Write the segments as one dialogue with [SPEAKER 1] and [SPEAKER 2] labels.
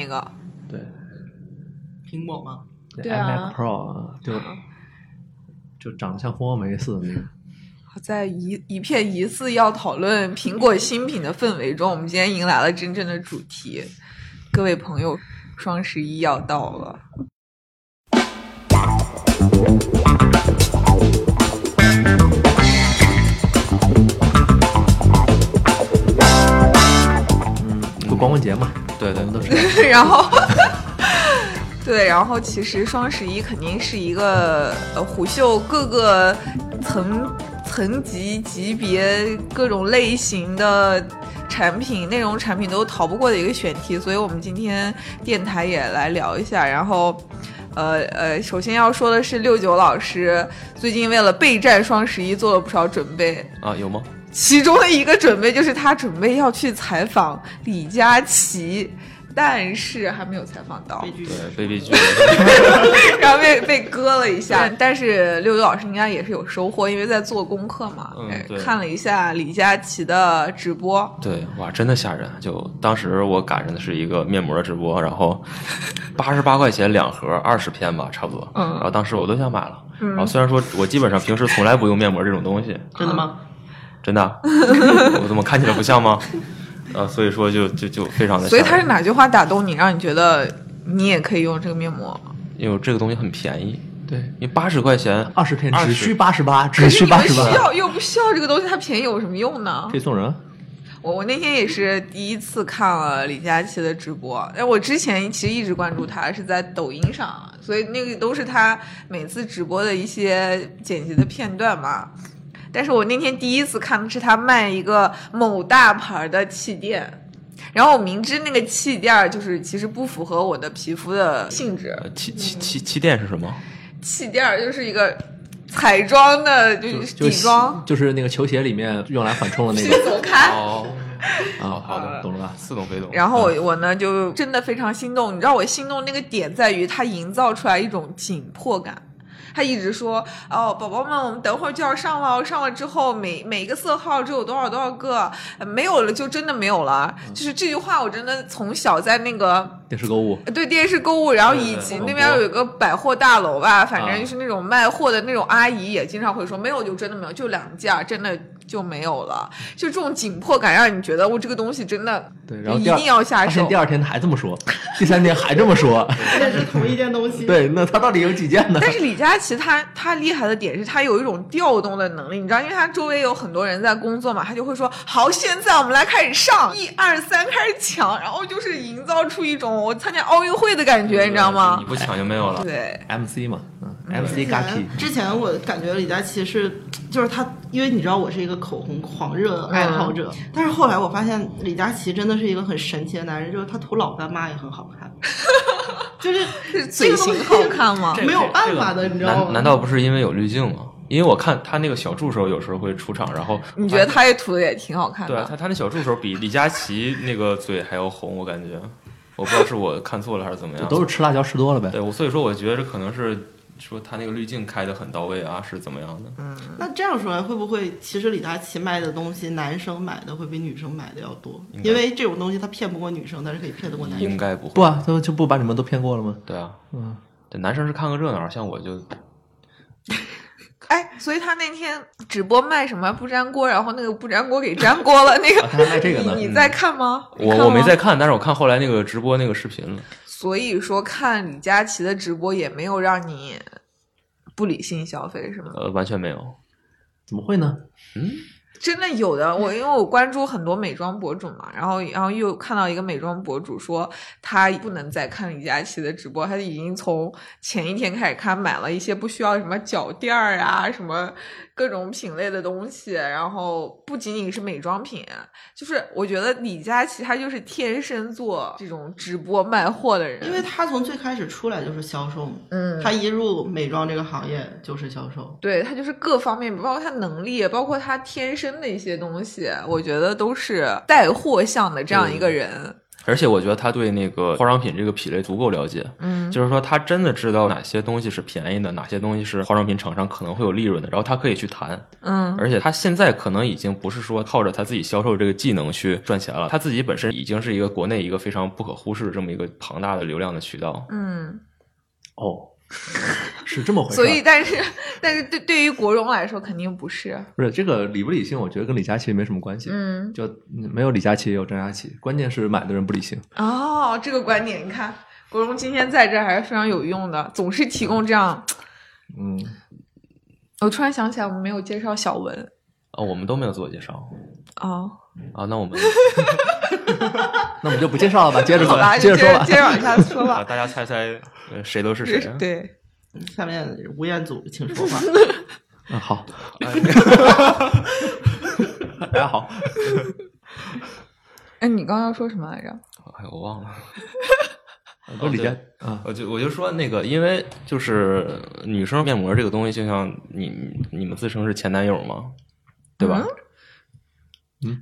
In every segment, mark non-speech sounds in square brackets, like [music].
[SPEAKER 1] 那个，
[SPEAKER 2] 对
[SPEAKER 3] 苹果吗？
[SPEAKER 2] 对
[SPEAKER 1] 对啊
[SPEAKER 2] iMac Pro 啊，就
[SPEAKER 1] 嗯
[SPEAKER 2] 就长得像蜂窝煤似的那个。
[SPEAKER 1] 在一一片疑似要讨论苹果新品的氛围中，我们今天迎来了真正的主题。各位朋友，双十一要到了，
[SPEAKER 2] 嗯，就光棍节嘛，
[SPEAKER 4] 对
[SPEAKER 2] 我
[SPEAKER 4] 对
[SPEAKER 2] 们都
[SPEAKER 4] 对，
[SPEAKER 2] 是
[SPEAKER 1] 然后，对，然后其实双十一肯定是一个呃虎嗅各个层层级、级别、各种类型的产品、内容产品都逃不过的一个选题，所以我们今天电台也来聊一下，然后。呃呃，首先要说的是六九老师最近为了备战双十一做了不少准备，
[SPEAKER 4] 啊，有吗？
[SPEAKER 1] 其中的一个准备就是他准备要去采访李佳琦，但是还没有采访到
[SPEAKER 3] 悲，剧
[SPEAKER 4] 对，被逼剧， [laughs]
[SPEAKER 1] 然后被被割了一下。但是六九老师应该也是有收获，因为在做功课嘛，
[SPEAKER 4] 嗯
[SPEAKER 1] 哎
[SPEAKER 4] 对
[SPEAKER 1] 看了一下李佳琦的直播，
[SPEAKER 4] 对，哇，真的吓人！啊就当时我赶上的是一个面膜直播，然
[SPEAKER 2] [laughs]
[SPEAKER 4] 后八十八块钱两盒，二十片吧，差不多。
[SPEAKER 1] 嗯
[SPEAKER 4] 然后当时我都想买了。然后虽然说我基本上平时从来不用面膜这种东西，
[SPEAKER 3] 真的吗？
[SPEAKER 4] 真的
[SPEAKER 3] [laughs]
[SPEAKER 4] 啊，我怎么看起来不像吗？呃，所以说就就就非常的，
[SPEAKER 1] 所以他是，哪句话打动你，让你觉得你也可以用这个面膜？
[SPEAKER 4] 因为这个东西很便宜，
[SPEAKER 2] 对
[SPEAKER 4] 你八十块钱，
[SPEAKER 3] 啊
[SPEAKER 2] 二十片
[SPEAKER 4] 20
[SPEAKER 2] 只需八十八，只
[SPEAKER 1] 可是
[SPEAKER 2] 需
[SPEAKER 1] 你
[SPEAKER 2] 八
[SPEAKER 1] 们
[SPEAKER 2] 十
[SPEAKER 1] 需
[SPEAKER 2] 八，
[SPEAKER 1] 要又不需要这个东西，它便宜有什么用呢？
[SPEAKER 2] 可以送人啊。
[SPEAKER 1] 我我那天也是第一次看了李佳琦的直播，哎，我之前其实一直关注他是在抖音上，所以那个都是他每次直播的一些剪辑的片段嘛。但是我那天第一次看的是他卖一个某大牌的气垫，然后我明知那个气垫儿就是其实不符合我的皮肤的性质，
[SPEAKER 4] 呃气气气气垫是什么？
[SPEAKER 1] 气垫儿就是一个彩妆的，就
[SPEAKER 2] 就是就
[SPEAKER 1] 底妆，
[SPEAKER 2] 就是那个球鞋里面用来缓冲的那
[SPEAKER 1] 去
[SPEAKER 4] [laughs]
[SPEAKER 2] 个
[SPEAKER 1] 走开。
[SPEAKER 4] 哦，
[SPEAKER 2] 啊，好
[SPEAKER 1] 好的
[SPEAKER 2] 的，懂了吧？
[SPEAKER 4] 似懂非懂。
[SPEAKER 1] 然后我我呢就真的非常心动，你知道我心动那个点在于它营造出来一种紧迫感。他一直说哦，宝宝们，我们等会儿就要上了，上了之后每每一个色号只有多少多少个，呃没有了就真的没有了。就是这句话，我真的从小在那个
[SPEAKER 2] 电视购物，
[SPEAKER 1] 对电视购物，然后以
[SPEAKER 4] 对对
[SPEAKER 1] 及
[SPEAKER 4] 对
[SPEAKER 1] 那边有一个百货大楼吧，反
[SPEAKER 2] 啊
[SPEAKER 1] 正就是那种卖货的那种阿姨也经常会说，没有就真的没有，就两件儿，真的就没有了。就这种紧迫感，让你觉得哦我这个东西真的
[SPEAKER 2] 对，然后
[SPEAKER 1] 一
[SPEAKER 2] 第二
[SPEAKER 1] 定要下
[SPEAKER 2] 发现
[SPEAKER 1] 手。
[SPEAKER 2] 第二天他还这么说，第三天还这
[SPEAKER 1] [laughs]
[SPEAKER 2] 么说，
[SPEAKER 3] 那是同一件东西。
[SPEAKER 2] 对，那他到底有几件呢？
[SPEAKER 1] 但是李佳琦他他厉害的点是他有一种调动的能力，你知道，因为他周围有很多人在工作嘛，他就会说好，现在我们来开始上，一二三开始抢，然后就是营造出一种我参加奥运会的感觉，你知道吗
[SPEAKER 4] 你？不抢就没有了。
[SPEAKER 1] 对，
[SPEAKER 2] MC 嘛，嗯，MC
[SPEAKER 3] 之
[SPEAKER 2] Gaki，
[SPEAKER 3] 前之前我感觉李佳琦是，就是他，因为你知道我是一个口红狂热爱好者，
[SPEAKER 4] 嗯
[SPEAKER 3] 但是后来我发现李佳琦真的是一个很神奇的男人，就是他涂老干妈也很好
[SPEAKER 4] [laughs]
[SPEAKER 3] 看，就是
[SPEAKER 1] 是嘴型好看吗？
[SPEAKER 3] 没有办法的，你知道吗？
[SPEAKER 4] 难难道不是因为有滤镜吗？因为我看他那个小助手有时候会出场，然后
[SPEAKER 1] 你觉得他也涂的也挺好看
[SPEAKER 4] 对啊
[SPEAKER 1] 的，
[SPEAKER 4] 他他那小助手比李佳琦那个嘴还要红，我感觉，我不知道是我看错了还是怎
[SPEAKER 1] 啊
[SPEAKER 4] 么样。
[SPEAKER 2] 都是吃辣椒吃多了呗
[SPEAKER 4] 对，。我所以说我觉得这可能是说他那个滤镜开的很到位啊，是怎么样的？
[SPEAKER 3] 那这样说来，会不会其实李佳琦卖的东西，男生买的会比女生买的要多？
[SPEAKER 4] 应该
[SPEAKER 3] 因为这种东西他骗不过女生，但是可以骗得过男
[SPEAKER 4] 应
[SPEAKER 3] 生。
[SPEAKER 4] 该不会。
[SPEAKER 2] 不啊，他们就不把你们都骗过了吗？
[SPEAKER 4] 对啊，
[SPEAKER 2] 嗯，
[SPEAKER 4] 对，男生是看个热闹，像我就
[SPEAKER 1] 哎，所以他那天直播卖什么不粘锅，然后那个不粘锅给粘锅了，那个
[SPEAKER 2] 啊，他还卖这个呢
[SPEAKER 1] 你，你在看吗？你看
[SPEAKER 4] 嗯我我没
[SPEAKER 1] 吗
[SPEAKER 4] 在看，但是我看后来那个直播那个视频了。
[SPEAKER 1] 所以说，看李佳琦的直播也没有让你不理性消费，是吗？
[SPEAKER 4] 呃，完全没有。
[SPEAKER 2] 怎么会呢？
[SPEAKER 1] 真的有的，我因为我关注很多美妆博主嘛，然后然后又看到一个美妆博主说他不能再看李佳琦的直播，他已经从前一天开始看，买了一些不需要什么脚垫儿啊，什么各种品类的东西，然后不仅仅是美妆品，就是我觉得李佳琦他就是天生做这种直播卖货的人，
[SPEAKER 3] 因为他从最开始出来就是销售嘛，
[SPEAKER 1] 嗯，
[SPEAKER 3] 他一入美妆这个行业就是销售。
[SPEAKER 1] 对他就是各方面，包括他能力，包括他天生的一些东西，我觉得都是带货向的这样一个人。
[SPEAKER 4] 而且我觉得他对那个化妆品这个品类足够了解，
[SPEAKER 1] 嗯，
[SPEAKER 4] 就是说他真的知道哪些东西是便宜的，哪些东西是化妆品厂商可能会有利润的，然后他可以去谈。
[SPEAKER 1] 嗯
[SPEAKER 4] 而且他现在可能已经不是说靠着他自己销售这个技能去赚钱了，他自己本身已经是一个国内一个非常不可忽视的这么一个庞大的流量的渠道。
[SPEAKER 1] 嗯，
[SPEAKER 2] 哦，是这么回事儿。
[SPEAKER 1] 所以但是但是对对于国荣来说肯定不是，
[SPEAKER 2] 不是这个理不理性，我觉得跟李佳琦没什么关系。
[SPEAKER 1] 嗯，
[SPEAKER 2] 就嗯没有李佳琦也有张佳琪，关键是买的人不理性。
[SPEAKER 1] 哦，这个观点你看。国荣今天在这儿还是非常有用的，总是提供这样。
[SPEAKER 2] 嗯，
[SPEAKER 1] 我突然想起来，我们没有介绍小文
[SPEAKER 4] 啊、我们都没有自我介绍
[SPEAKER 1] 哦，
[SPEAKER 4] 啊，那我们
[SPEAKER 2] 那我们就不介绍了吧，接着
[SPEAKER 1] 好
[SPEAKER 2] 说吧，
[SPEAKER 4] [laughs]
[SPEAKER 1] 吧，
[SPEAKER 2] 接
[SPEAKER 1] 就
[SPEAKER 2] 着
[SPEAKER 1] 接
[SPEAKER 2] 说吧
[SPEAKER 1] 着。接着往下说
[SPEAKER 4] 啊， [laughs]
[SPEAKER 1] 吧。
[SPEAKER 4] 大家猜猜呃谁都是谁？ [laughs]
[SPEAKER 1] 对，
[SPEAKER 3] 下面吴彦祖，请说话。
[SPEAKER 2] 嗯，
[SPEAKER 1] 哦
[SPEAKER 2] 好，大家好，
[SPEAKER 4] 啊
[SPEAKER 1] 哎，你刚刚要说什么来着？
[SPEAKER 4] 哎，我忘了。
[SPEAKER 2] 不是李佳
[SPEAKER 4] 对
[SPEAKER 2] 啊，
[SPEAKER 4] 我就我就说那个，因为就是女生面膜这个东西，就像你你们自称是前男友嘛，对吧？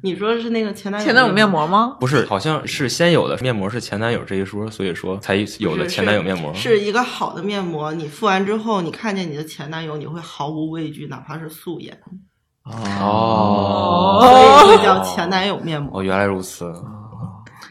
[SPEAKER 3] 你说是那个前男
[SPEAKER 1] 嗯
[SPEAKER 3] 友？
[SPEAKER 1] 前男友面膜吗？
[SPEAKER 4] 不是，好像是先有的面膜是前男友这一说，所以说才有了前男友面膜。
[SPEAKER 3] 是是一个好的面膜，你敷完之后，你看见你的前男友，你会毫无畏惧，哪怕是素颜，
[SPEAKER 4] 哦
[SPEAKER 3] 所以会叫前男友面膜。
[SPEAKER 4] 哦，原来如此。
[SPEAKER 1] 哦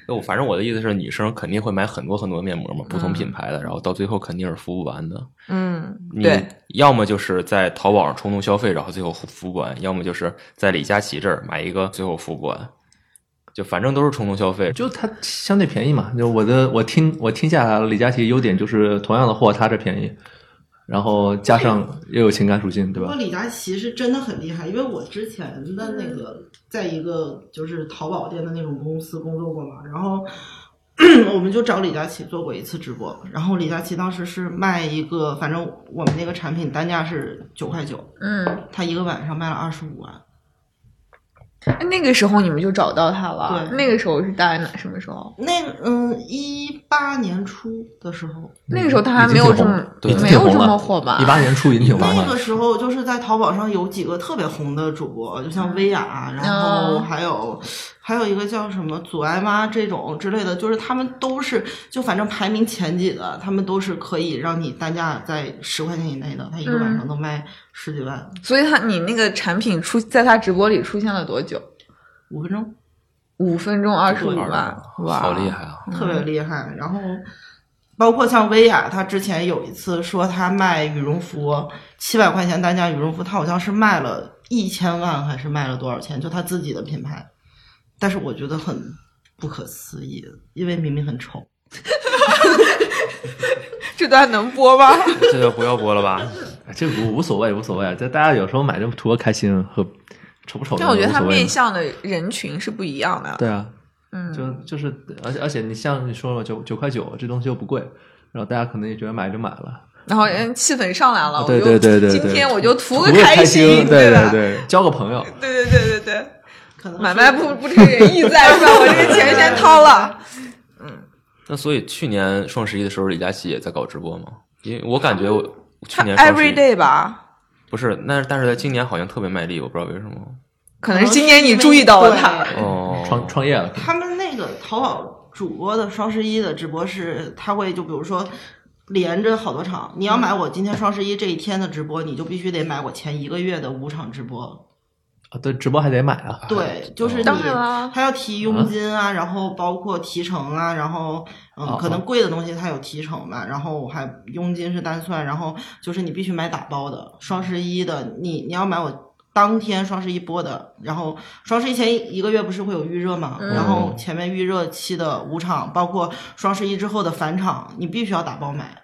[SPEAKER 4] 我反正我的意思是，女生肯定会买很多很多面膜嘛，不同品牌的，然后到最后肯定是敷不完的。
[SPEAKER 1] 嗯，
[SPEAKER 4] 你
[SPEAKER 1] 对，
[SPEAKER 4] 要么就是在淘宝上冲动消费，然后最后敷不完；要么就是在李佳琦这儿买一个，最后敷不完。就反正都是冲动消费，
[SPEAKER 2] 就它相对便宜嘛，就我的我听我听下来了，李佳琦优点就是同样的货，它这便宜，然后加上又有情感属性，对
[SPEAKER 3] 不过
[SPEAKER 2] 吧？
[SPEAKER 3] 李佳琦是真的很厉害，因为我之前的那个在一个就是淘宝店的那种公司工作过嘛，然后 [clears throat] 我们就找李佳琦做过一次直播，然后李佳琦当时是卖一个，反正我们那个产品单价是九块九，
[SPEAKER 1] 嗯，
[SPEAKER 3] 他一个晚上卖了二十五万，
[SPEAKER 1] 那个时候你们就找到他了。
[SPEAKER 3] 对
[SPEAKER 1] 那个时候是大概哪什么时候？
[SPEAKER 3] 那个嗯一八年初的时候，
[SPEAKER 1] 那个时候他还没有这么
[SPEAKER 2] 嗯已经
[SPEAKER 1] 没
[SPEAKER 2] 嗯挺红
[SPEAKER 1] 有这
[SPEAKER 2] 了
[SPEAKER 1] 么火吧
[SPEAKER 2] 一？八年初已经挺红
[SPEAKER 3] 那
[SPEAKER 2] 了
[SPEAKER 3] 个，时候就是在淘宝上有几个特别红的主播，就像薇娅，啊然后还有、还有一个叫什么阻碍妈这种之类的，就是他们都是就反正排名前几的，他们都是可以让你单价在十块钱以内的，他一个晚上能卖十几万，
[SPEAKER 1] 所以他你那个产品出在他直播里出现了多久？
[SPEAKER 3] 五分钟
[SPEAKER 1] 五分钟二十五
[SPEAKER 3] 对
[SPEAKER 1] 万，哇，
[SPEAKER 4] 好厉！害啊！
[SPEAKER 3] 特别
[SPEAKER 1] 嗯
[SPEAKER 3] 厉害。然后包括像薇娅，她之前有一次说她卖羽绒服七百块钱单价羽绒服，她好像是卖了一千万还是卖了多少钱，就她自己的品牌。但是我觉得很不可思议，因为明明很丑。
[SPEAKER 1] 这段能播
[SPEAKER 2] [laughs]
[SPEAKER 1] 吗？
[SPEAKER 4] 这就不要播了吧。 [laughs]
[SPEAKER 2] 哎这个无无所谓无所谓，这大家有时候买这图个开心和丑不丑的
[SPEAKER 1] 但我觉得他
[SPEAKER 2] 无所谓
[SPEAKER 1] 面向的人群是不一样的。
[SPEAKER 2] 对啊，
[SPEAKER 1] 嗯，
[SPEAKER 2] 就就是，而且而且你像你说了九九块九，这东西又不贵，然后大家可能也觉得买就买了，
[SPEAKER 1] 然后人气氛上来了，
[SPEAKER 2] 对对对
[SPEAKER 1] 哦
[SPEAKER 2] 对
[SPEAKER 1] 我
[SPEAKER 2] 对
[SPEAKER 1] 就今天我就图个
[SPEAKER 2] 图个开
[SPEAKER 1] 心，
[SPEAKER 2] 对
[SPEAKER 1] 吧？对
[SPEAKER 2] 对，交个朋友，
[SPEAKER 1] 对对对对。
[SPEAKER 3] 可能是
[SPEAKER 1] 买卖不不成仁义在，是吧？我这个钱先掏
[SPEAKER 2] [laughs]
[SPEAKER 1] 了。
[SPEAKER 4] 那所以去年双十一的时候，李佳琦也在搞直播吗？因为我感觉我去
[SPEAKER 1] 他
[SPEAKER 4] 年双
[SPEAKER 1] every
[SPEAKER 4] 十一
[SPEAKER 1] day 吧，
[SPEAKER 4] 不是，那但是在今年好像特别卖力，我不知道为什么。
[SPEAKER 1] 可能是今年你注意到了他。
[SPEAKER 3] 对
[SPEAKER 4] 哦，
[SPEAKER 2] 创创业了，
[SPEAKER 3] 他们那个淘宝主播的双十一的直播是，他会就比如说连着好多场，你要买我今天双十一这一天的直播，你就必须得买我前一个月的五场直播。
[SPEAKER 2] 啊对，直播还得买啊，
[SPEAKER 3] 对，就是
[SPEAKER 4] 哦
[SPEAKER 3] 你
[SPEAKER 1] 当然啦
[SPEAKER 3] 他要提佣金啊，然后包括提成啊，然后
[SPEAKER 2] 哦
[SPEAKER 3] 嗯，可能贵的东西它有提成嘛，然后还佣金是单算，然后就是你必须买打包的，双十一的你你要买我。当天双十一播的，然后双十一前一个月不是会有预热嘛？
[SPEAKER 1] 嗯
[SPEAKER 3] 然后前面预热期的五场，包括双十一之后的返场，你必须要打包买，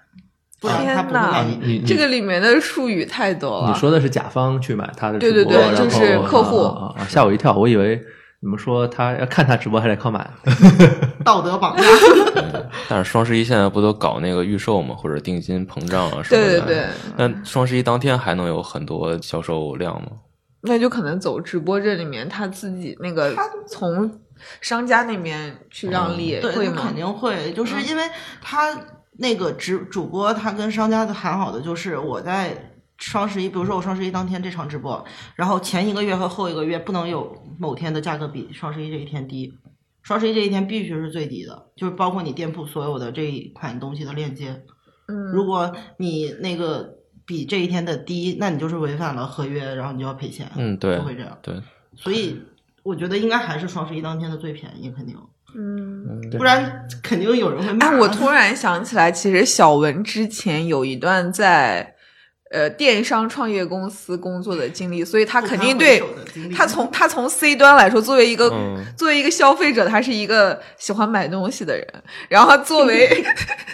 [SPEAKER 3] 不然
[SPEAKER 1] 天
[SPEAKER 3] 他不
[SPEAKER 1] 呐
[SPEAKER 3] 会给
[SPEAKER 2] 你
[SPEAKER 3] 你。
[SPEAKER 2] 你
[SPEAKER 1] 这个里面的术语太多了。
[SPEAKER 2] 嗯你说的是甲方去买他的直
[SPEAKER 1] 对
[SPEAKER 2] 播，
[SPEAKER 1] 对对
[SPEAKER 2] 然后
[SPEAKER 1] 就是客户
[SPEAKER 2] 啊啊啊吓我一跳，我以为你们说他要看他直播还得靠买，
[SPEAKER 3] 道德绑架。
[SPEAKER 4] 但是双十一现在不都搞那个预售嘛，或者定金膨胀啊什么
[SPEAKER 1] 对
[SPEAKER 4] 的。
[SPEAKER 1] 对对，
[SPEAKER 4] 那双十一当天还能有很多销售量吗？
[SPEAKER 1] 那就可能走直播这里面他自己那个从商家那边去
[SPEAKER 2] 嗯
[SPEAKER 1] 让利，
[SPEAKER 3] 对，
[SPEAKER 1] 会
[SPEAKER 3] 他
[SPEAKER 1] 吗嗯
[SPEAKER 3] 肯？定会，就是因为他那个直主播，他跟商家谈好的就是我在双十一，比如说我双十一当天这场直播，然后前一个月和后一个月不能有某天的价格比双十一这一天低。双十一这一天必须是最低的，就是包括你店铺所有的这一款东西的链接。
[SPEAKER 1] 嗯，
[SPEAKER 3] 如果你那个比这一天的低，那你就是违反了合约，然后你就要赔钱。
[SPEAKER 4] 嗯对
[SPEAKER 3] 就会这样。
[SPEAKER 4] 对，
[SPEAKER 3] 所以我觉得应该还是双十一当天的最便宜，肯定，
[SPEAKER 1] 嗯。
[SPEAKER 4] 嗯对
[SPEAKER 3] 不然肯定有人会骂。啊
[SPEAKER 1] 哎，我突然想起来，其实小文之前有一段在呃电商创业公司工作的经历，所以他肯定对
[SPEAKER 3] 不堪回首的经历
[SPEAKER 1] 他从他从 C 端来说，作为一个、
[SPEAKER 4] 嗯
[SPEAKER 1] 作为一个消费者，他是一个喜欢买东西的人。然后作
[SPEAKER 3] [laughs]
[SPEAKER 1] 为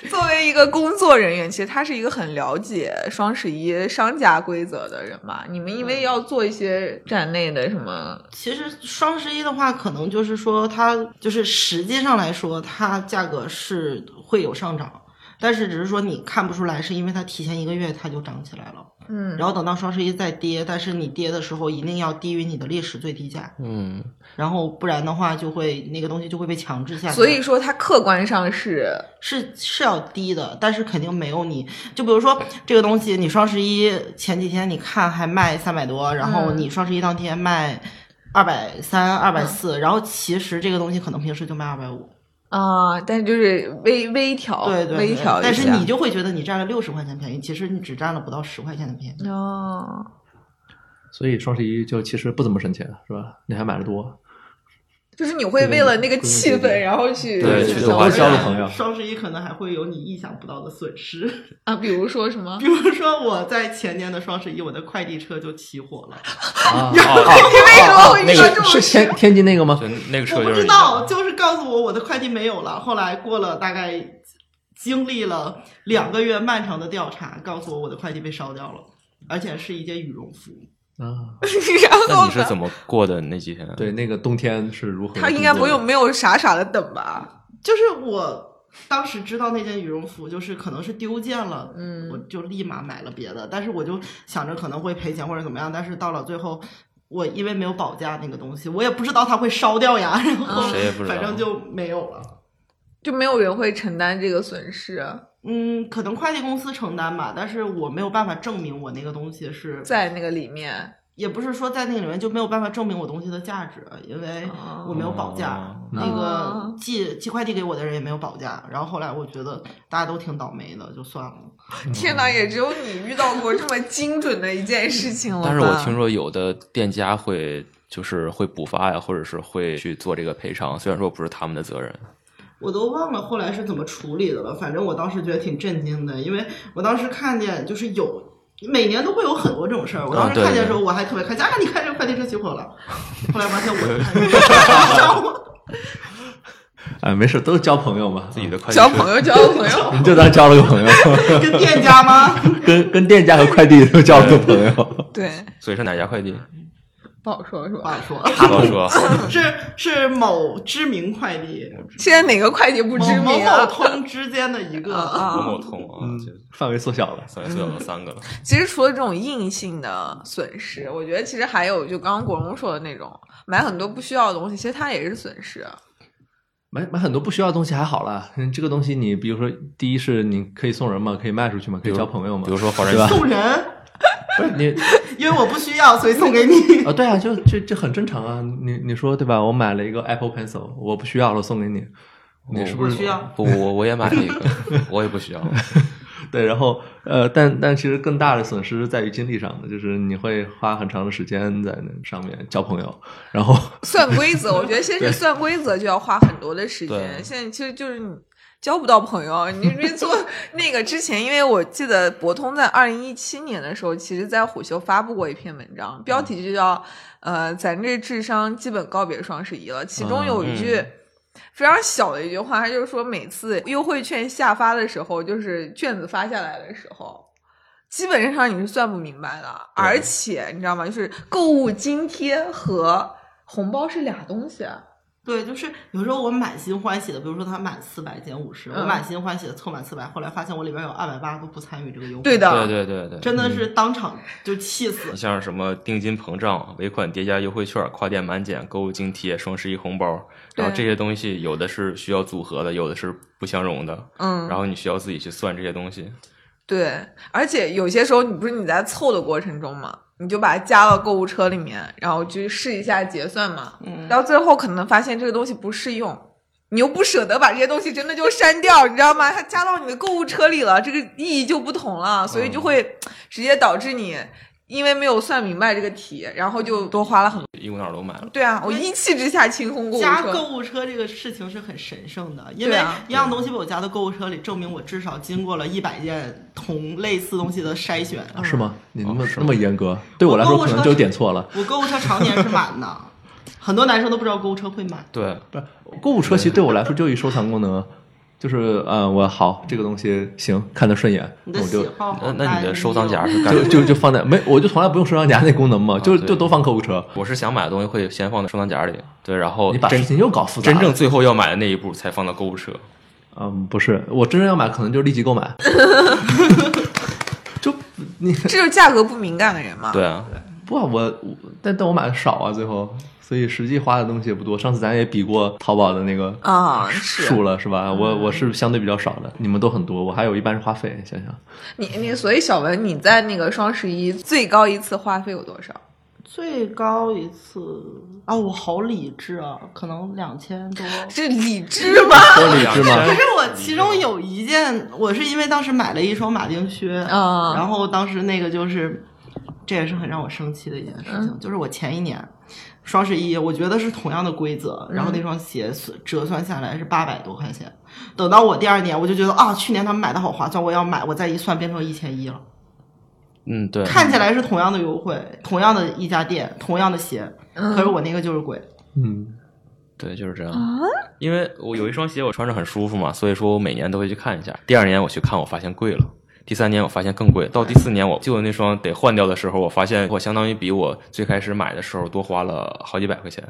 [SPEAKER 1] 作为一个工作人员，其实他是一个很了解双十一商家规则的人嘛。你们因
[SPEAKER 3] 嗯
[SPEAKER 1] 为要做一些站内的什么，
[SPEAKER 3] 其实双十一的话，可能就是说它就是实际上来说，它价格是会有上涨，但是只是说你看不出来，是因为它提前一个月它就涨起来了，
[SPEAKER 1] 嗯，
[SPEAKER 3] 然后等到双十一再跌，但是你跌的时候一定要低于你的历史最低价，
[SPEAKER 4] 嗯，
[SPEAKER 3] 然后不然的话就会那个东西就会被强制下来。
[SPEAKER 1] 所以说它客观上是
[SPEAKER 3] 是是要低的，但是肯定没有你就比如说这个东西，你双十一前几天你看还卖三百多，然后
[SPEAKER 1] 嗯
[SPEAKER 3] 你双十一当天卖二百三、二百四，然后其实这个东西可能平时就卖二百五，
[SPEAKER 1] 啊、但是就是微微调，
[SPEAKER 3] 对对
[SPEAKER 1] 哦微
[SPEAKER 3] 对
[SPEAKER 1] 调一下。
[SPEAKER 3] 但是你就会觉得你占了六十块钱便宜，其实你只占了不到十块钱的便宜。
[SPEAKER 1] 哦，
[SPEAKER 2] 所以双十一就其实不怎么省钱，是吧？你还买的
[SPEAKER 1] [laughs]
[SPEAKER 2] 多，
[SPEAKER 1] 就是你会为了那个气氛，然后去
[SPEAKER 2] 对
[SPEAKER 1] 去
[SPEAKER 2] 去
[SPEAKER 1] 消
[SPEAKER 2] 花
[SPEAKER 1] 费
[SPEAKER 2] 交了朋友
[SPEAKER 3] [laughs] 双十一可能还会有你意想不到的损失，
[SPEAKER 1] 啊，比如说什么
[SPEAKER 3] 比，如说我在前年的双十一，我的快递车就起火了。
[SPEAKER 2] 啊、
[SPEAKER 4] 哦哦
[SPEAKER 1] 你为什么会遇
[SPEAKER 4] 那
[SPEAKER 1] 到
[SPEAKER 4] 个
[SPEAKER 1] 这种
[SPEAKER 2] 是
[SPEAKER 1] 事？
[SPEAKER 2] 天天津那个吗
[SPEAKER 4] 就？那个车
[SPEAKER 3] 我不
[SPEAKER 4] 就是
[SPEAKER 3] 知
[SPEAKER 4] 一
[SPEAKER 3] 道，
[SPEAKER 4] 样
[SPEAKER 3] 就是告诉我我的快递没有了。后来过了大概经历了两个月漫长的调查，告诉我我的快递被烧掉了，而且是一件羽绒服。
[SPEAKER 1] [laughs]
[SPEAKER 2] 啊，
[SPEAKER 1] 然
[SPEAKER 4] 那
[SPEAKER 1] 后
[SPEAKER 4] 你是
[SPEAKER 1] 呢？
[SPEAKER 4] 怎么过的那几天？啊
[SPEAKER 3] 嗯
[SPEAKER 2] 对，那个冬天是如何的度过？
[SPEAKER 1] 他应该不用没有傻傻的等吧？
[SPEAKER 3] 就是我当时知道那件羽绒服就是可能是丢件了，
[SPEAKER 1] 嗯
[SPEAKER 3] 我就立马买了别的。但是我就想着可能会赔钱或者怎么样，但是到了最后。我因为没有保价那个东西，我也不知道它会烧掉呀，然后
[SPEAKER 4] 谁也不知道
[SPEAKER 3] 反正就没有了。
[SPEAKER 1] 就没有人会承担这个损失，
[SPEAKER 3] 嗯，可能快递公司承担吧，但是我没有办法证明我那个东西是，
[SPEAKER 1] 在那个里面，
[SPEAKER 3] 也不是说在那个里面就没有办法证明我东西的价值，因为
[SPEAKER 1] 哦
[SPEAKER 3] 我没有保价，
[SPEAKER 4] 哦
[SPEAKER 3] 那
[SPEAKER 1] 哦
[SPEAKER 3] 个寄寄快递给我的人也没有保价，然后后来我觉得大家都挺倒霉的，就算了。
[SPEAKER 4] 嗯
[SPEAKER 1] 天哪，也只有你遇到过这么精准的一件事情了吧。
[SPEAKER 4] 但是我
[SPEAKER 3] 嗯
[SPEAKER 4] 听说有的店家会就是会补发呀，或者是会去做这个赔偿，虽然说不是他们的责任。
[SPEAKER 3] 我都忘了后来是怎么处理的了，反正我当时觉得挺震惊的，因为我当时看见就是有每年都会有很多这种事儿，我当时
[SPEAKER 4] 啊对
[SPEAKER 3] 看见的时候我还特别开心啊，你看这快递车起火了，后来发现
[SPEAKER 4] [laughs]
[SPEAKER 3] 我。
[SPEAKER 2] 哎，没事，都是交朋友嘛，啊
[SPEAKER 4] 自己的快递
[SPEAKER 1] 交
[SPEAKER 4] 车
[SPEAKER 1] 朋友，交朋
[SPEAKER 4] [laughs]
[SPEAKER 1] 友，
[SPEAKER 2] 你就当交了个朋友， [laughs]
[SPEAKER 3] 跟店家吗？
[SPEAKER 2] 跟跟店家和快递都交了个朋友。
[SPEAKER 1] 对，
[SPEAKER 4] 所以是哪家快递？啊
[SPEAKER 1] 不好说是
[SPEAKER 3] 不
[SPEAKER 1] 吧？
[SPEAKER 3] 好说，
[SPEAKER 4] 不好说。
[SPEAKER 3] 是是某知名快递，
[SPEAKER 1] 现在哪个会计不
[SPEAKER 3] 某
[SPEAKER 1] 知
[SPEAKER 3] 某
[SPEAKER 1] 名
[SPEAKER 3] 某
[SPEAKER 1] 啊？
[SPEAKER 3] 通之间的一
[SPEAKER 1] 啊
[SPEAKER 3] 个。
[SPEAKER 1] 啊！
[SPEAKER 4] 某
[SPEAKER 1] 啊
[SPEAKER 4] 某通啊，这
[SPEAKER 2] 范围缩小了，
[SPEAKER 4] 算算有三个了。
[SPEAKER 1] 其实除了这种硬性的损失，我觉得其实还有就刚刚果荣说的那种买很多不需要的东西，其实它也是损失。啊
[SPEAKER 2] 买买很多不需要的东西还好啦。嗯这个东西你比如说，第一是你可以送人嘛，可以卖出去嘛，可以交朋友嘛
[SPEAKER 4] 比。如说华山
[SPEAKER 2] 对吧
[SPEAKER 3] 送人，
[SPEAKER 2] 不是你
[SPEAKER 3] 因为我不需要，所以送给你。
[SPEAKER 2] 啊，对啊，就这这很正常啊。你你说对吧？我买了一个 Apple Pencil，我不需要了，送给你，
[SPEAKER 4] 哦
[SPEAKER 2] 你是不
[SPEAKER 3] 我
[SPEAKER 2] 是
[SPEAKER 3] 需要，
[SPEAKER 4] 不，我我也买了一个， [laughs] 我也不需要。
[SPEAKER 2] 对，然后呃，但但其实更大的损失在于精力上的，就是你会花很长的时间在那上面交朋友，然后
[SPEAKER 1] 算规则，我觉得先是算规则就要花很多的时间。
[SPEAKER 4] 对
[SPEAKER 1] 现在其实就是你交不到朋友，你别
[SPEAKER 4] [laughs]
[SPEAKER 1] 做那个之前，因为我记得博通在二零一七年的时候，其实在虎嗅发布过一篇文章，标题就叫“
[SPEAKER 4] 嗯
[SPEAKER 1] 呃，咱这智商基本告别双十一了”，其中有一句。
[SPEAKER 4] 嗯
[SPEAKER 1] 非常小的一句话，他就是说，每次优惠券下发的时候，就是卷子发下来的时候，基本上你是算不明白的。
[SPEAKER 4] 对
[SPEAKER 1] 而且你知道吗？就是购物津贴和红包是俩东西。
[SPEAKER 3] [laughs] 对，就是有时候我满心欢喜的，比如说他满四百减五十，
[SPEAKER 1] 嗯
[SPEAKER 3] 我满心欢喜的凑满四百，后来发现我里边有二百八都不参与这个优惠，
[SPEAKER 1] 对，的，
[SPEAKER 4] 对对对对，
[SPEAKER 3] 真的是当场就气死
[SPEAKER 4] 你。像什么定金膨胀、尾款叠加优惠券、跨店满减、购物津贴、双十一红包，然后
[SPEAKER 1] 对
[SPEAKER 4] 这些东西有的是需要组合的，有的是不相容的，然
[SPEAKER 1] 嗯，
[SPEAKER 4] 后你需要自己去算这些东西。
[SPEAKER 1] 对。而且有些时候，你不是你在凑的过程中嘛，你就把它加到购物车里面，然后去试一下结算嘛。
[SPEAKER 3] 嗯
[SPEAKER 1] 到最后可能发现这个东西不适用，你又不舍得把这些东西真的就删掉，你知道吗？它加到你的购物车里了，这个意义就不同了，所以就会直接导致你因为没有算明白这个题，然后就多花了很多。
[SPEAKER 4] 一股脑儿都买了。
[SPEAKER 1] 对啊，我一气之下清空购物
[SPEAKER 3] 加
[SPEAKER 1] 车。
[SPEAKER 3] 嗯购物车这个事情是很神圣的，因
[SPEAKER 1] 对
[SPEAKER 3] 为
[SPEAKER 1] 啊
[SPEAKER 3] 一样东西被我加到购物车里，证明我至少经过了一百件同类似东西的筛选。
[SPEAKER 2] 啊是吗？你那么
[SPEAKER 4] 哦是
[SPEAKER 2] 那么严格，对我来
[SPEAKER 3] 我
[SPEAKER 2] 说
[SPEAKER 3] 购物
[SPEAKER 2] 可能
[SPEAKER 3] 车
[SPEAKER 2] 就是点错了。
[SPEAKER 3] 我购物车常年是满的，很多男生都不知道购物车会满。
[SPEAKER 4] 对，
[SPEAKER 2] 不是，购物车其实对我来说就一收藏功能，啊就是呃，我好这个东西行，看得顺眼，
[SPEAKER 3] 你
[SPEAKER 2] 那
[SPEAKER 3] 的
[SPEAKER 2] 我
[SPEAKER 3] 喜
[SPEAKER 2] 就
[SPEAKER 3] 好
[SPEAKER 4] 那
[SPEAKER 3] 好
[SPEAKER 4] 那你的
[SPEAKER 3] 单
[SPEAKER 4] 收藏
[SPEAKER 3] 一哦
[SPEAKER 4] 夹
[SPEAKER 3] [laughs]
[SPEAKER 4] 是干
[SPEAKER 2] 就
[SPEAKER 4] 什
[SPEAKER 2] 就
[SPEAKER 4] 么？
[SPEAKER 2] 就放在没，我就从来不用收藏夹那功能嘛，就
[SPEAKER 4] 啊对
[SPEAKER 2] 就都放购物车。
[SPEAKER 4] 我是想买的东西会先放在收藏夹里，对，然后
[SPEAKER 2] 你把事
[SPEAKER 4] 真
[SPEAKER 2] 情又搞复杂
[SPEAKER 4] 真
[SPEAKER 2] 了，
[SPEAKER 4] 正最后要买的那一步才放到购物车。
[SPEAKER 2] 嗯，不是，我真正要买可能就是立即购
[SPEAKER 4] [laughs]
[SPEAKER 2] 买，就你
[SPEAKER 1] 这就是价格不敏感的人嘛。
[SPEAKER 4] 对啊，
[SPEAKER 2] 不啊我我但但我买的少啊，最后所以实际花的东西也不多。上次咱也比过淘宝的那个
[SPEAKER 1] 啊是
[SPEAKER 2] 数了是吧？我我是相对比较少的，你们都很多，我还有一半是花费，想想。
[SPEAKER 1] 你你所以小文你在那个双十一最高一次花费有多少？
[SPEAKER 3] 最高一次啊，我好理智啊，可能两千多。
[SPEAKER 1] 是理智吗？
[SPEAKER 2] 多
[SPEAKER 4] 啊
[SPEAKER 2] 理智吗
[SPEAKER 3] 可？是我其中有一件，我是因为当时买了一双马丁靴，
[SPEAKER 1] 啊
[SPEAKER 3] 然后当时那个就是，这也是很让我生气的一件事情，就是我前一年双十一，我觉得是同样的规则，然后那双鞋算折算下来是八百多块钱，等到我第二年，我就觉得啊，去年他们买的好划算，我要买，我再一算变成一千一了，
[SPEAKER 4] 嗯，对，
[SPEAKER 3] 看起来是同样的优惠，同样的一家店，同样的鞋，可是我那个就是贵，
[SPEAKER 2] 嗯，
[SPEAKER 4] 对，就是这样。
[SPEAKER 1] 啊
[SPEAKER 4] 因为我有一双鞋，我穿着很舒服嘛，所以说我每年都会去看一下。第二年我去看，我发现贵了。第三年我发现更贵，到第四年我旧的那双得换掉的时候，我发现我相当于比我最开始买的时候多花了好几百块钱。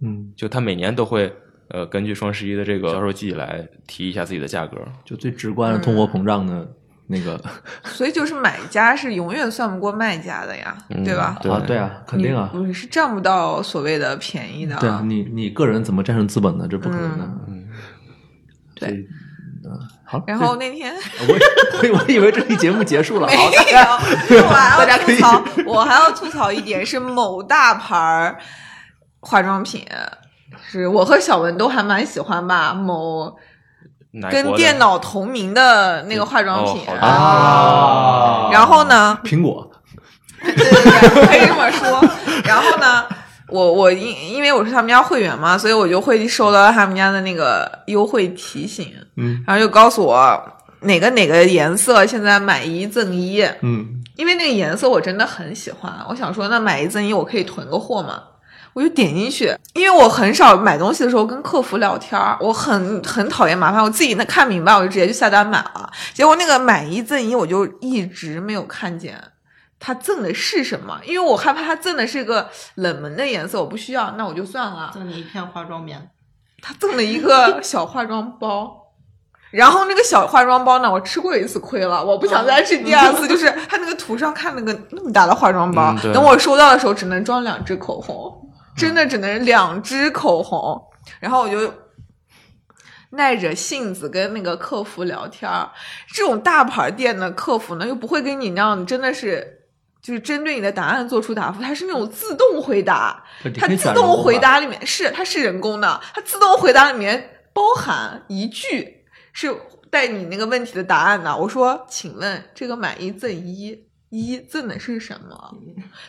[SPEAKER 2] 嗯，
[SPEAKER 4] 就它每年都会呃根据双十一的这个销售季来提一下自己的价格。
[SPEAKER 2] 就最直观的通货
[SPEAKER 1] 嗯
[SPEAKER 2] 膨胀的那个、
[SPEAKER 1] [laughs] 所以就是买家是永远算不过卖家的呀，
[SPEAKER 4] 嗯
[SPEAKER 1] 对吧？
[SPEAKER 4] 对
[SPEAKER 2] 啊， [laughs] 对啊，肯定啊，
[SPEAKER 1] 你你是占不到所谓的便宜的。
[SPEAKER 2] 对啊，你你个人怎么战胜资本呢？这不可能的。嗯，
[SPEAKER 1] 对
[SPEAKER 2] 所以，嗯，好了。
[SPEAKER 1] 然后那
[SPEAKER 2] [laughs]
[SPEAKER 1] 天
[SPEAKER 2] 我以我以我以为这期节目结束了，
[SPEAKER 1] 没有，
[SPEAKER 2] 好，
[SPEAKER 1] 我还
[SPEAKER 2] 大家
[SPEAKER 1] 要
[SPEAKER 2] 可
[SPEAKER 1] 吐
[SPEAKER 2] 以
[SPEAKER 1] 槽，我还要吐槽一点是某大牌儿化妆品，是我和小文都还蛮喜欢吧，某
[SPEAKER 4] 哪国
[SPEAKER 1] 跟
[SPEAKER 4] 的
[SPEAKER 1] 电脑同名的那个化妆品。
[SPEAKER 4] 哦好的
[SPEAKER 2] 啊
[SPEAKER 4] 哦
[SPEAKER 1] 然后呢， [laughs]
[SPEAKER 2] 苹果，
[SPEAKER 1] 对对对，可以这么说。然后呢，我我因因为我是他们家会员嘛，所以我就会收到他们家的那个优惠提醒，
[SPEAKER 2] 嗯
[SPEAKER 1] 然后就告诉我哪个哪个颜色现在买一赠一。
[SPEAKER 2] 嗯，
[SPEAKER 1] 因为那个颜色我真的很喜欢，我想说那买一赠一，我可以囤个货嘛。我就点进去，因为我很少买东西的时候跟客服聊天儿，我很很讨厌麻烦，我自己能看明白，我就直接就下单买了。结果那个买一赠一，我就一直没有看见他赠的是什么，因为我害怕他赠的是个冷门的颜色，我不需要，那我就算了。
[SPEAKER 3] 赠你一片化妆棉，
[SPEAKER 1] 他赠了一
[SPEAKER 4] [laughs]
[SPEAKER 1] 个小化妆包。然后那个小化妆包呢，我吃过一次亏了，我不想再吃第二次。就是他那个图上看那个那么大的化妆包
[SPEAKER 4] 嗯，对
[SPEAKER 1] 等我收到的时候只能装两支口红，真的只能两支口红。然后我就耐着性子跟那个客服聊天儿。这种大牌店的客服呢，又不会跟你那样，真的是就是针对你的答案做出答复，它是那种自动回答。
[SPEAKER 2] 对你
[SPEAKER 1] 它
[SPEAKER 2] 可以
[SPEAKER 1] 自
[SPEAKER 2] 选人
[SPEAKER 1] 动
[SPEAKER 2] 物
[SPEAKER 1] 回
[SPEAKER 2] 吧，
[SPEAKER 1] 答里面是它是人工的，它自动回答里面包含一句是带你那个问题的答案的。我说，请问这个买一赠一，一赠的是什么？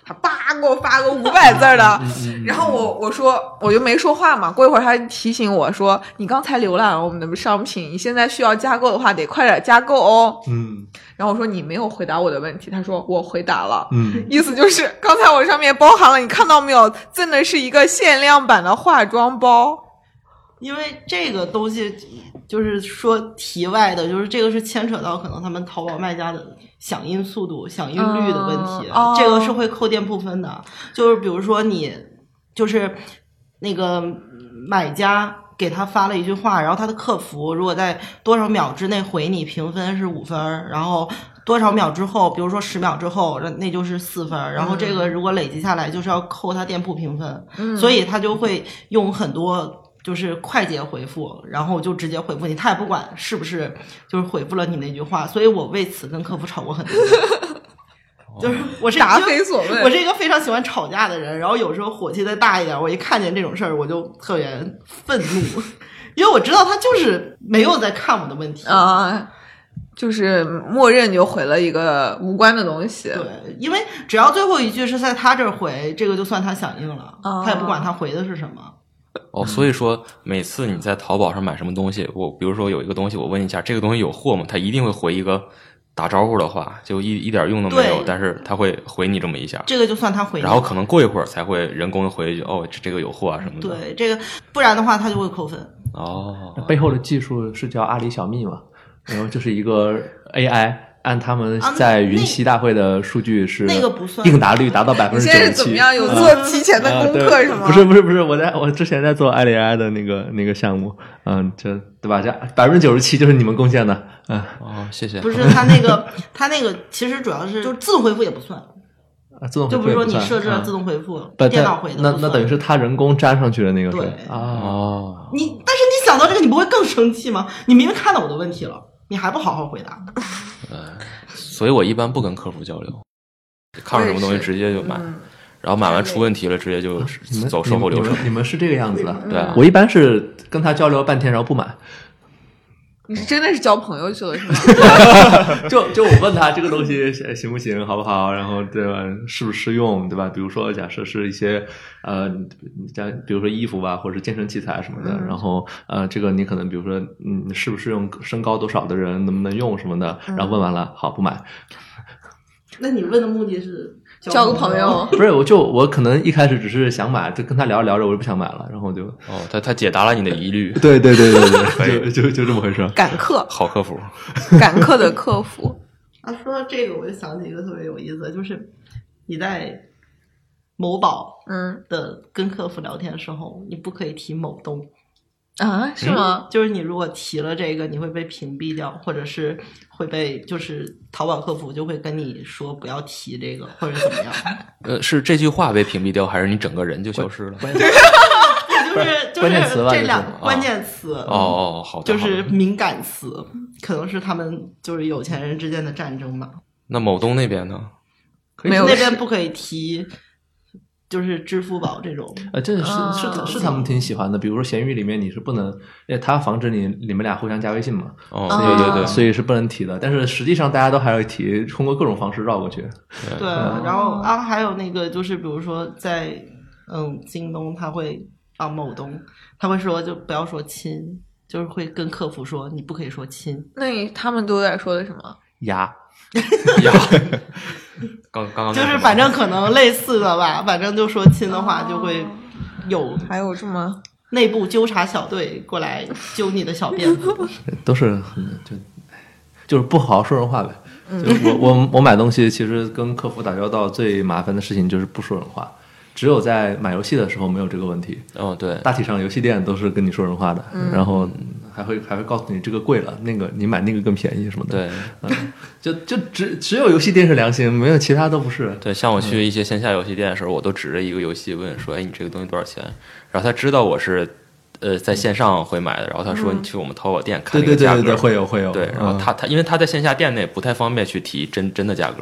[SPEAKER 1] 他叭给我发个五百字儿的，
[SPEAKER 2] 嗯
[SPEAKER 1] [laughs] 然后我我说我就没说话嘛。过一会儿他提醒我说，你刚才浏览了我们的商品，你现在需要加购的话，得快点加购哦。
[SPEAKER 2] 嗯
[SPEAKER 1] 然后我说你没有回答我的问题，他说我回答了。
[SPEAKER 2] 嗯，
[SPEAKER 1] 意思就是刚才我上面包含了，你看到没有？赠的是一个限量版的化妆包。
[SPEAKER 3] 因为这个东西就是说题外的，就是这个是牵扯到可能他们淘宝卖家的响应速度、响应率的问题，啊
[SPEAKER 1] 嗯哦
[SPEAKER 3] 这个是会扣店铺分的。就是比如说你就是那个买家。给他发了一句话，然后他的客服如果在多少秒之内回你，评分是五分儿，然后多少秒之后，比如说十秒之后，那那就是四分儿，然后这个如果累积下来，就是要扣他店铺评分。所以他就会用很多就是快捷回复，然后就直接回复你，他也不管是不是就是回复了你那句话，所以我为此跟客服吵过很多。
[SPEAKER 2] 哦
[SPEAKER 3] 就是
[SPEAKER 1] [laughs]
[SPEAKER 3] 我是一个
[SPEAKER 1] 答非所问
[SPEAKER 3] 我是一个非常喜欢吵架的人，然后有时候火气再大一点，我一看见这种事儿我就特别愤怒， [laughs] 因为我知道他就是没有在看我的问题。
[SPEAKER 1] 啊，就是默认就回了一个无关的东西。
[SPEAKER 3] 对，因为只要最后一句是在他这儿回，这个就算他响应了，
[SPEAKER 1] 哦
[SPEAKER 3] 他也不管他回的是什么。
[SPEAKER 4] 哦，所以说每次你在淘宝上买什么东西，我比如说有一个东西，我问一下这个东西有货吗？他一定会回一个打招呼的话，就一一点用都没有
[SPEAKER 3] 对，
[SPEAKER 4] 但是他会回你这么一下，
[SPEAKER 3] 这个就算他回你，
[SPEAKER 4] 然后可能过一会儿才会人工回一句哦，这这个有货啊什么的。，
[SPEAKER 3] 对这个，不然的话他就会扣分。
[SPEAKER 4] 哦，
[SPEAKER 2] 背后的技术是叫阿里小蜜嘛，然后就是一个 AI，按他们
[SPEAKER 1] 啊
[SPEAKER 2] 在云栖大会的数据是
[SPEAKER 3] 那那个不算
[SPEAKER 2] 应答率达到百分
[SPEAKER 1] 你
[SPEAKER 2] 之
[SPEAKER 1] 现在
[SPEAKER 2] 九十
[SPEAKER 1] 是怎么
[SPEAKER 2] 七。
[SPEAKER 1] 样？有做提前的功课
[SPEAKER 2] 啊啊对
[SPEAKER 1] 是吗？
[SPEAKER 2] 不是不是不是，我在我之前在做爱丽爱的那个那个项目，嗯，这对吧？这百分之九十七就是你们贡献的，嗯，
[SPEAKER 4] 哦，谢谢。
[SPEAKER 3] 不是他那个，他那个其实主要是就是自动回复也不算，
[SPEAKER 2] 啊自动
[SPEAKER 3] 就比
[SPEAKER 2] 回
[SPEAKER 3] 如
[SPEAKER 2] 复
[SPEAKER 3] 说
[SPEAKER 2] 也
[SPEAKER 3] 你
[SPEAKER 2] 算
[SPEAKER 3] 设置了
[SPEAKER 2] 嗯
[SPEAKER 3] 自动回复，
[SPEAKER 2] 不
[SPEAKER 3] 电
[SPEAKER 2] 但
[SPEAKER 3] 脑回的
[SPEAKER 2] 那
[SPEAKER 3] 不
[SPEAKER 2] 那
[SPEAKER 3] 算
[SPEAKER 2] 等于是他人工粘上去的那个是
[SPEAKER 3] 对
[SPEAKER 2] 啊，
[SPEAKER 4] 哦，
[SPEAKER 3] 你，但是你想到这个，你不会更生气吗？你明明看到我的问题了，你还不好好回答？
[SPEAKER 4] 所以我一般不跟客服交流，看上什么东
[SPEAKER 1] 我
[SPEAKER 4] 西
[SPEAKER 1] 也是
[SPEAKER 4] 直接就买，
[SPEAKER 1] 嗯
[SPEAKER 4] 然后买完出问题了，直接就
[SPEAKER 2] 啊你们
[SPEAKER 4] 走售后流
[SPEAKER 2] 你
[SPEAKER 4] 程
[SPEAKER 2] 们。你们是这个样子的，
[SPEAKER 3] 嗯
[SPEAKER 4] 对啊
[SPEAKER 2] 我一般是跟他交流半天，然后不买。
[SPEAKER 1] 你是真的是交朋友去了是吗？
[SPEAKER 2] [laughs] 就就我问他这个东西行行不行，好不好，然后对吧，适不适用，对吧？比如说，假设是一些呃，像比如说衣服啊，或者是健身器材什么的，然后呃，这个你可能比如说，嗯，适不适用身高多少的人，能不能用什么的，然后问完了，好不买。
[SPEAKER 3] 那你问的目的是
[SPEAKER 1] [laughs] 交个朋友，
[SPEAKER 3] [laughs]
[SPEAKER 2] 不是，我就我可能一开始只是想买，就跟他聊着聊着，我就不想买了，然后就
[SPEAKER 4] 哦，他他解答了你的疑虑，
[SPEAKER 2] [laughs] 对对对 [laughs] 对对，就就就这么回事。
[SPEAKER 1] 赶客，
[SPEAKER 4] 好客服。
[SPEAKER 1] 赶客的客服，
[SPEAKER 3] 啊，说到这个，我就想起一个特别有意思的，就是你在某宝
[SPEAKER 1] 嗯
[SPEAKER 3] 的跟客服聊天的时候，你不可以提某东，
[SPEAKER 1] 啊，
[SPEAKER 2] 嗯
[SPEAKER 1] 是吗？
[SPEAKER 3] 就是你如果提了这个，你会被屏蔽掉，或者是 [laughs] 会被就是淘宝客服就会跟你说不要提这个，或者怎么样。
[SPEAKER 4] 呃，是这句话被屏蔽掉，还是你整个人就消失了？
[SPEAKER 3] [laughs] 就是就是
[SPEAKER 2] 关键词吧
[SPEAKER 3] 这
[SPEAKER 2] 就是
[SPEAKER 3] 两
[SPEAKER 2] 啊
[SPEAKER 3] 个关键词
[SPEAKER 4] 哦哦，哦好的，
[SPEAKER 3] 就
[SPEAKER 4] 好的
[SPEAKER 3] 是嗯敏感词，可能是他们就是有钱人之间的战争吧。
[SPEAKER 4] 那某东那边呢？
[SPEAKER 1] 没有
[SPEAKER 3] 那边
[SPEAKER 1] 是
[SPEAKER 3] 不可以提，就是支付宝这种。
[SPEAKER 2] 呃，这是
[SPEAKER 1] 啊
[SPEAKER 2] 是是他们挺喜欢的，比如说闲鱼里面你是不能，因为他防止你你们俩互相加微信嘛，
[SPEAKER 4] 哦，
[SPEAKER 1] 啊
[SPEAKER 4] 对对对，
[SPEAKER 2] 所以是不能提的。但是实际上大家都还会提，通过各种方式绕过去。
[SPEAKER 3] 对，
[SPEAKER 4] 嗯
[SPEAKER 3] 然后啊，还有那个就是，比如说在嗯京东，他会啊某东，他会说就不要说亲，就是会跟客服说你不可以说亲。
[SPEAKER 1] 那你他们都在说的什么？
[SPEAKER 2] 牙，
[SPEAKER 4] 呀，刚刚刚
[SPEAKER 3] 就是反正可能类似的吧， [laughs] 反正就说亲的话就会
[SPEAKER 1] 哦
[SPEAKER 3] 有
[SPEAKER 1] 还有这么
[SPEAKER 3] 内部纠察小队过来揪你的小辫子。
[SPEAKER 2] 都是很就就是不好好说人话呗。就我我我买东西，其实跟客服打交道最麻烦的事情就是不说人话。只有在买游戏的时候没有这个问题，
[SPEAKER 4] 哦对，
[SPEAKER 2] 大体上游戏店都是跟你说人话的，然后还会还会告诉你这个贵了，那个你买那个更便宜什么的。
[SPEAKER 4] 对
[SPEAKER 2] 就就只只有游戏店是良心，没有其他都不是。
[SPEAKER 4] 对，像我去一些线下游戏店的时候，我都指着一个游戏问说：“哎，你这个东西多少钱？”然后他知道我是呃在线上会买的，然后他
[SPEAKER 3] 嗯
[SPEAKER 4] 说：“你去我们淘宝店看
[SPEAKER 2] 对
[SPEAKER 4] 那个
[SPEAKER 2] 对对
[SPEAKER 4] 价
[SPEAKER 2] 对对，
[SPEAKER 4] 格。”
[SPEAKER 2] 会有会有。
[SPEAKER 4] 对，然后
[SPEAKER 2] 嗯
[SPEAKER 4] 他他因为他在线下店内不太方便去提真真的价格，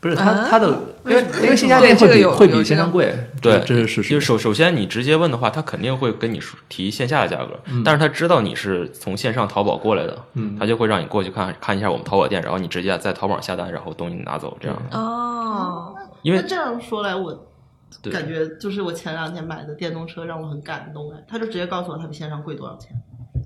[SPEAKER 2] 不是
[SPEAKER 1] 啊
[SPEAKER 2] 他他的，因为因为线下
[SPEAKER 1] 对
[SPEAKER 2] 店
[SPEAKER 1] 这
[SPEAKER 2] 会
[SPEAKER 1] 个
[SPEAKER 2] 比
[SPEAKER 1] 有
[SPEAKER 2] 会
[SPEAKER 1] 有
[SPEAKER 2] 比
[SPEAKER 1] 这
[SPEAKER 2] 线上
[SPEAKER 1] 个
[SPEAKER 2] 贵，
[SPEAKER 4] 对，
[SPEAKER 2] 这是事实
[SPEAKER 4] 就是。首首先，你直接问的话，他肯定会跟你说提线下的价格，但是他知道你是从线上淘宝过来的，
[SPEAKER 2] 嗯
[SPEAKER 4] 他就会让你过去看看一下我们淘宝店，然后你直接在淘宝上下单，然后东西拿走这样
[SPEAKER 2] 嗯
[SPEAKER 4] 的。
[SPEAKER 1] 哦，
[SPEAKER 4] 因为
[SPEAKER 3] 那这样说来，我
[SPEAKER 4] 对
[SPEAKER 3] 感觉就是我前两天买的电动车让我很感动哎，他就直接告诉我他比线上贵多少钱。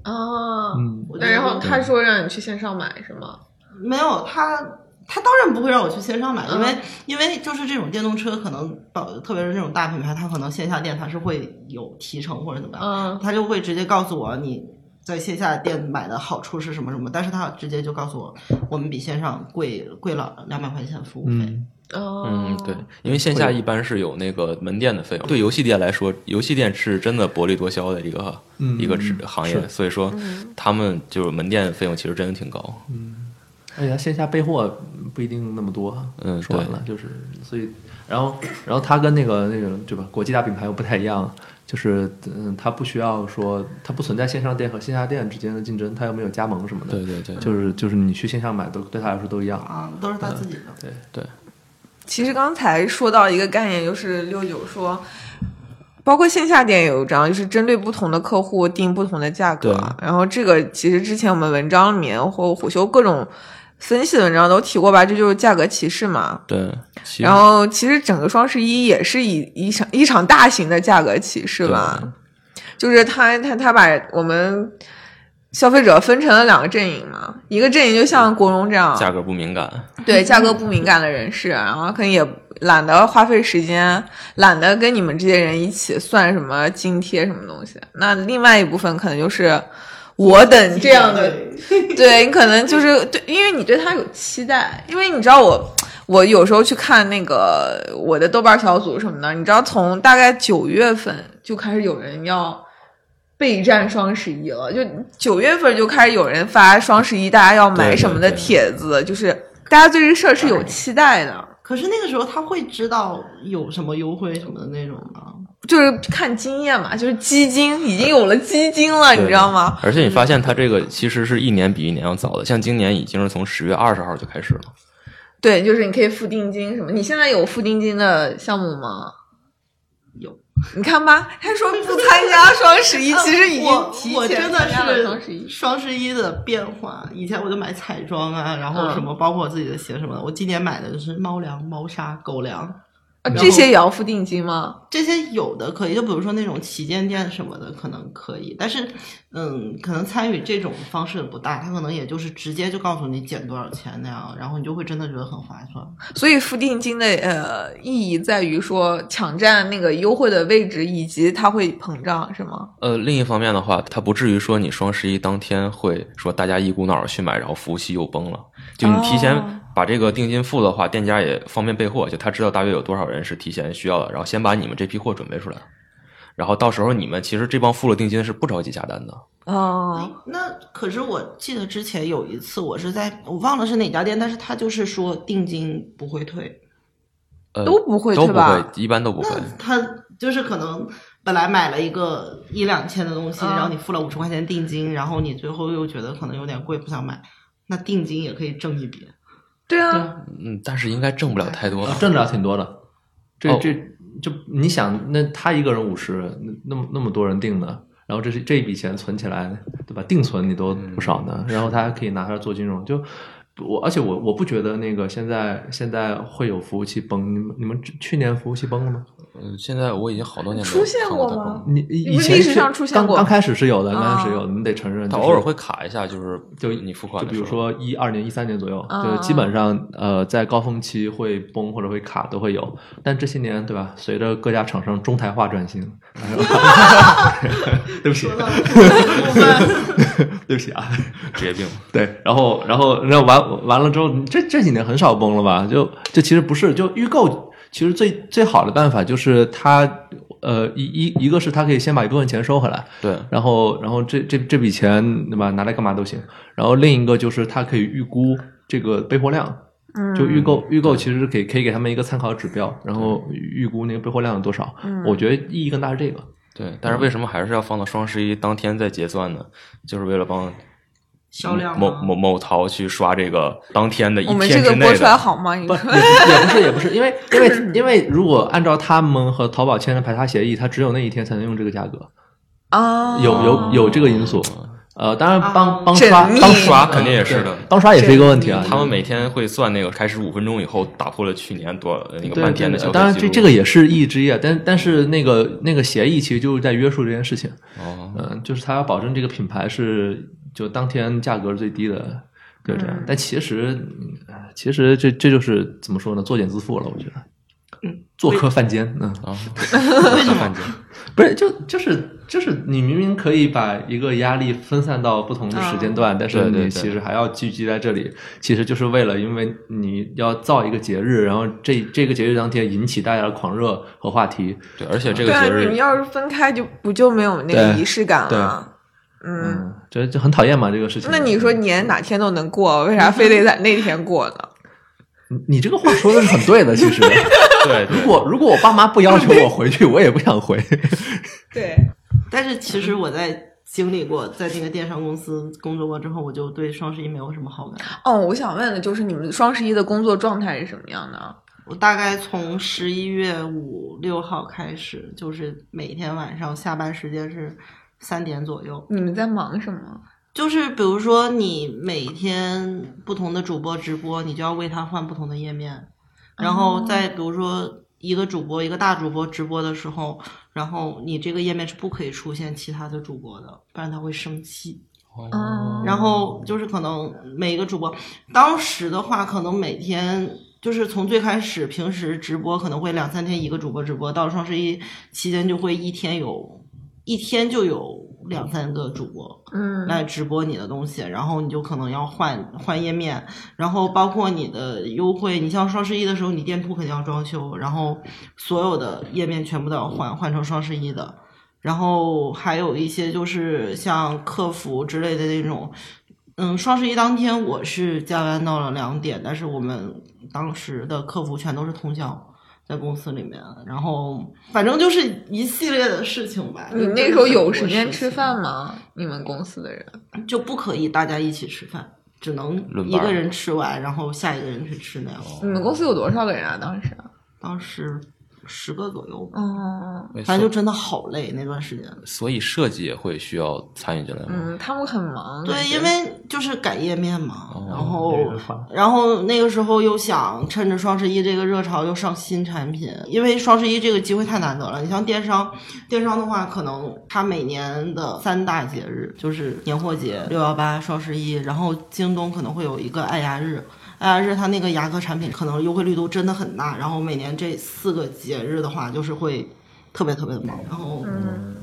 [SPEAKER 1] 哦，
[SPEAKER 2] 嗯，
[SPEAKER 3] 我就
[SPEAKER 1] 那然后他说让你去线上买是吗？
[SPEAKER 3] 没有他。他当然不会让我去线上买，因为、
[SPEAKER 1] 嗯
[SPEAKER 3] 因为就是这种电动车，可能保特别是这种大品牌，它可能线下店它是会有提成或者怎么样，
[SPEAKER 1] 嗯
[SPEAKER 3] 他就会直接告诉我你在线下店买的好处是什么什么，但是他直接就告诉我，我们比线上贵贵了两百块钱服务费。
[SPEAKER 2] 嗯，
[SPEAKER 1] 哦，
[SPEAKER 4] 嗯，对，因为线下一般是有那个门店的费用，对游戏店来说，游戏店是真的薄利多销的一个、
[SPEAKER 2] 嗯
[SPEAKER 4] 一个职行业，
[SPEAKER 2] 是
[SPEAKER 4] 所以说、
[SPEAKER 1] 嗯
[SPEAKER 4] 他们就是门店费用其实真的挺高。
[SPEAKER 2] 而且他哎线下备货不一定那么多。啊
[SPEAKER 4] 嗯
[SPEAKER 2] 说完了就是，所以然后然后他跟那个那个对吧，国际大品牌又不太一样，就是嗯，他不需要说它不存在线上店和线下店之间的竞争，他又没有加盟什么的。
[SPEAKER 4] 对对对
[SPEAKER 2] 就是就是你去线上买都对他来说都一样。
[SPEAKER 1] 嗯
[SPEAKER 3] 啊，都是他自己的。
[SPEAKER 4] 对，
[SPEAKER 1] 其实刚才说到一个概念，就是六九说，包括线下店也有这样，就是针对不同的客户定不同的价格
[SPEAKER 4] 对。
[SPEAKER 1] 然后这个其实之前我们文章里面或虎嗅各种分析的文章都提过吧，这就是价格歧视嘛。
[SPEAKER 4] 对，其
[SPEAKER 1] 然后其实整个双十一也是以一场一场大型的价格歧视吧，就是他他他把我们消费者分成了两个阵营嘛，一个阵营就像国荣这样，
[SPEAKER 4] 价格不敏感，
[SPEAKER 1] 对价格不敏感的人士，啊然后可能也懒得花费时间，懒得跟你们这些人一起算什么津贴什么东西。那另外一部分可能就是我等嗯这样的， [laughs] 对你可能就是对，因为你对他有期待，因为你知道我。我有时候去看那个我的豆瓣小组什么的，你知道，从大概九月份就开始有人要备战双十一了，就九月份就开始有人发双十一大家要买
[SPEAKER 4] 对对
[SPEAKER 1] 什么的
[SPEAKER 4] 对哎
[SPEAKER 1] 帖子，就是大家对这事儿是有期待的，
[SPEAKER 3] 可是那个时候他会知道有什么优惠什么的那种吗？
[SPEAKER 1] 就是看经验嘛，就是基金已经有了基金了，你知道吗？
[SPEAKER 4] 而且你发现它这个其实是一年比一年要早的，像今年已经是从十月二十号就开始了。
[SPEAKER 1] 对，就是你可以付定金什么。你现在有付定金的项目吗？
[SPEAKER 3] 有，
[SPEAKER 1] 你看吧，他说不参加双十
[SPEAKER 3] [laughs]
[SPEAKER 1] 一，其实已经
[SPEAKER 3] 呃我
[SPEAKER 1] 提
[SPEAKER 3] 我
[SPEAKER 1] 前
[SPEAKER 3] 真
[SPEAKER 1] 参
[SPEAKER 3] 的
[SPEAKER 1] 加了
[SPEAKER 3] 是
[SPEAKER 1] 双十一。啊
[SPEAKER 3] 双十一的变化，以前我就买彩妆啊，然后
[SPEAKER 1] 嗯
[SPEAKER 3] 什么包括我自己的鞋什么的。我今年买的就是猫粮、猫砂、狗粮，
[SPEAKER 1] 啊
[SPEAKER 3] 然后
[SPEAKER 1] 这些也要付定金吗？
[SPEAKER 3] 这些有的可以，就比如说那种旗舰店什么的，可能可以，但是，嗯，可能参与这种方式的不大，他可能也就是直接就告诉你减多少钱那样，然后你就会真的觉得很划算。
[SPEAKER 1] 所以付定金的呃意义在于说抢占那个优惠的位置，以及它会膨胀，是吗？
[SPEAKER 4] 呃，另一方面的话，它不至于说你双十一当天会说大家一股脑儿去买，然后服务器又崩了。就你提前
[SPEAKER 1] 哦
[SPEAKER 4] 把这个定金付的话，店家也方便备货，就他知道大约有多少人是提前需要的，然后先把你们这批货准备出来，然后到时候你们其实这帮付了定金是不着急下单的。
[SPEAKER 1] 哦，
[SPEAKER 3] 那可是我记得之前有一次，我是在我忘了是哪家店，但是他就是说定金不会退，
[SPEAKER 4] 呃，
[SPEAKER 1] 都不会
[SPEAKER 4] 都
[SPEAKER 1] 对
[SPEAKER 4] 不
[SPEAKER 1] 吧
[SPEAKER 4] 会，一般都不会。
[SPEAKER 3] 那他就是可能本来买了一个一两千的东西，
[SPEAKER 1] 嗯
[SPEAKER 3] 然后你付了五十块钱定金，然后你最后又觉得可能有点贵，不想买，那定金也可以挣一笔。
[SPEAKER 1] 对啊，
[SPEAKER 4] 嗯，但是应该挣不了太多
[SPEAKER 2] 啊，。挣着挺多的。这
[SPEAKER 4] 哦
[SPEAKER 2] 这就你想，那他一个人五十，那那么那么多人定的，然后这是这一笔钱存起来，对吧？定存你都
[SPEAKER 4] 嗯
[SPEAKER 2] 不少呢，然后他还可以拿它做金融，就。我而且我我不觉得那个现在现在会有服务器崩，你们你们去年服务器崩了吗？
[SPEAKER 4] 嗯，现在我已经好多年没有
[SPEAKER 1] 出现
[SPEAKER 4] 看
[SPEAKER 1] 过
[SPEAKER 4] 它
[SPEAKER 1] 吗
[SPEAKER 4] 崩了？
[SPEAKER 2] 你
[SPEAKER 1] 你
[SPEAKER 2] 以
[SPEAKER 1] 们
[SPEAKER 2] 前
[SPEAKER 1] 历史
[SPEAKER 2] 是
[SPEAKER 1] 上出现
[SPEAKER 2] 刚
[SPEAKER 1] 过
[SPEAKER 2] 刚开始是有的，刚开始
[SPEAKER 1] 啊
[SPEAKER 2] 有的，你得承认，
[SPEAKER 4] 它
[SPEAKER 2] 就是
[SPEAKER 4] 偶尔会卡一下，就是
[SPEAKER 2] 就
[SPEAKER 4] 你付款
[SPEAKER 2] 就比
[SPEAKER 4] 的
[SPEAKER 2] 如
[SPEAKER 4] 时候
[SPEAKER 2] 说一二年、一三年左右，
[SPEAKER 1] 啊
[SPEAKER 2] 就基本上呃在高峰期会崩或者会卡都会有。但这些年对吧，随着各家厂商中台化转型，对不起
[SPEAKER 3] 说， [laughs] 到了部 [laughs] 分，
[SPEAKER 2] [laughs] 对不起啊，
[SPEAKER 4] 职业病。
[SPEAKER 2] [laughs] 对，然后然后那完完了之后，这这几年很少崩了吧？就就其实不是，就预购其实最最好的办法就是它呃一一一个是它可以先把一部分钱收回来，
[SPEAKER 4] 对，
[SPEAKER 2] 然后，然后这这这笔钱对吧，拿来干嘛都行。然后另一个就是它可以预估这个备货量，
[SPEAKER 1] 嗯
[SPEAKER 2] 就预购预购其实给可以给他们一个参考指标，然后预估那个备货量有多少。
[SPEAKER 1] 嗯
[SPEAKER 2] 我觉得意义更大是
[SPEAKER 4] [laughs]
[SPEAKER 2] 这个。
[SPEAKER 4] 对，但是为什么还是要放到双十一当天再结算呢？就是为了帮
[SPEAKER 3] 销量
[SPEAKER 4] 某
[SPEAKER 3] 吗
[SPEAKER 4] 某某淘去刷这个当天的一
[SPEAKER 1] 我们这
[SPEAKER 4] 天
[SPEAKER 1] 个
[SPEAKER 4] 之
[SPEAKER 1] 播
[SPEAKER 4] 内
[SPEAKER 1] 出来
[SPEAKER 4] 的。
[SPEAKER 1] 好吗？你
[SPEAKER 2] 不，
[SPEAKER 1] 说
[SPEAKER 2] 也不也不是，也不是，
[SPEAKER 4] [laughs]
[SPEAKER 2] 因为因为因为如果按照他们和淘宝签的排查协议，它只有那一天才能用这个价格，
[SPEAKER 1] 啊，
[SPEAKER 4] 哦
[SPEAKER 2] 有有有这个因素。呃，当然帮帮刷
[SPEAKER 1] 缜密
[SPEAKER 2] 帮
[SPEAKER 4] 帮刷肯定也是的
[SPEAKER 2] 对，帮刷也是一个问题啊。
[SPEAKER 4] 他们每天会算那个开始五分钟以后打破了去年多呃那个
[SPEAKER 2] 对
[SPEAKER 4] 半天的
[SPEAKER 2] 对
[SPEAKER 4] 消费
[SPEAKER 2] 当然
[SPEAKER 4] 记
[SPEAKER 2] 这
[SPEAKER 4] 录
[SPEAKER 2] 这个也是意义之一，啊，但但是那个那个协议其实就是在约束这件事情，
[SPEAKER 4] 哦，
[SPEAKER 2] 嗯，就是他要保证这个品牌是就当天价格是最低的，对这样。
[SPEAKER 1] 嗯
[SPEAKER 2] 但其实嗯其实这这就是怎么说呢，作茧自缚了，我觉得。做客犯奸，嗯，
[SPEAKER 4] 啊，
[SPEAKER 1] [laughs]
[SPEAKER 3] 为什么
[SPEAKER 4] 感觉
[SPEAKER 2] 不是，就就是就是，你明明可以把一个压力分散到不同的时间
[SPEAKER 1] 啊
[SPEAKER 2] 段，但是
[SPEAKER 4] 对对
[SPEAKER 2] 你
[SPEAKER 4] 对
[SPEAKER 2] 其实还要聚集在这里，其实就是为了，因为你要造一个节日，然后这这个节日当天引起大家的狂热和话题，
[SPEAKER 4] 对，而且这个
[SPEAKER 1] 对啊，
[SPEAKER 4] 节
[SPEAKER 1] 你们
[SPEAKER 4] 日
[SPEAKER 1] 要是分开就不就没有那个
[SPEAKER 2] 对
[SPEAKER 1] 仪式感
[SPEAKER 2] 对
[SPEAKER 1] 了？嗯，
[SPEAKER 2] 嗯，这就很讨厌嘛这个事情。
[SPEAKER 1] 那你说年哪天都能过，为
[SPEAKER 3] [laughs]
[SPEAKER 1] 啥非得在那天过呢？
[SPEAKER 2] 你你这个话说的是很对
[SPEAKER 1] [laughs]
[SPEAKER 2] 的，其实。
[SPEAKER 4] 对
[SPEAKER 2] 如
[SPEAKER 4] 对
[SPEAKER 2] 果如果我爸妈不要求我回去，我也不想回。
[SPEAKER 1] 对，
[SPEAKER 3] 但是其实我在经历过在那个电商公司工作过之后，我就对双十一没有什么好感。
[SPEAKER 1] 哦，我想问的就是你们双十一的工作状态是什么样的？
[SPEAKER 3] 我大概从十一月五六号开始，就是每天晚上下班时间是三点左右。
[SPEAKER 1] 你们在忙什么？
[SPEAKER 3] 就是比如说，你每天不同的主播直播，你就要为他换不同的页面，然
[SPEAKER 1] 哦
[SPEAKER 3] 后再比如说一个主播一个大主播直播的时候，然后你这个页面是不可以出现其他的主播的，不然他会生气。
[SPEAKER 1] 哦
[SPEAKER 3] 然后就是可能每一个主播，当时的话，可能每天就是从最开始平时直播可能会两三天一个主播直播，到双十一期间就会一天有一天就有两三个主播。
[SPEAKER 1] 嗯，
[SPEAKER 3] 来直播你的东西，然后你就可能要换换页面，然后包括你的优惠，你像双十一的时候，你店铺肯定要装修，然后所有的页面全部都要换，换成双十一的。然后还有一些就是像客服之类的那种，嗯，双十一当天我是加班到了两点，但是我们当时的客服全都是通宵。在公司里面，然后反正就是一系列的事情吧。
[SPEAKER 1] 你
[SPEAKER 3] 就
[SPEAKER 1] 那时候
[SPEAKER 3] 真的很
[SPEAKER 1] 有
[SPEAKER 3] 多
[SPEAKER 1] 时间
[SPEAKER 3] 事
[SPEAKER 1] 吃
[SPEAKER 3] 情
[SPEAKER 1] 饭吗？你们公司的人
[SPEAKER 3] 就不可以大家一起吃饭，只能
[SPEAKER 4] 轮
[SPEAKER 3] 一
[SPEAKER 4] 班儿哦
[SPEAKER 3] 个人吃完，然后下一个人去吃那样。
[SPEAKER 1] 你们公司有多少个人啊？当时？
[SPEAKER 3] 当时十个左右吧，
[SPEAKER 1] 嗯
[SPEAKER 4] 对
[SPEAKER 3] 反正就
[SPEAKER 4] 所
[SPEAKER 3] 真的好累那段时间。
[SPEAKER 4] 所以设计也会需要参与进来吗？
[SPEAKER 1] 嗯，他们很忙。感
[SPEAKER 3] 对，
[SPEAKER 1] 觉
[SPEAKER 3] 因为就是改页面嘛，
[SPEAKER 4] 哦
[SPEAKER 3] 然后
[SPEAKER 2] 没人发
[SPEAKER 3] 然后那个时候又想趁着双十一这个热潮又上新产品，因为双十一这个机会太难得了。你像电商，电商的话，可能它每年的三大节日就是年货节、六幺八、双十一，然后京东可能会有一个爱牙日。爱牙日它那个牙科产品可能优惠力度真的很大，然后每年这四个节日的话，就是会特别特别的忙，然后。
[SPEAKER 1] 嗯，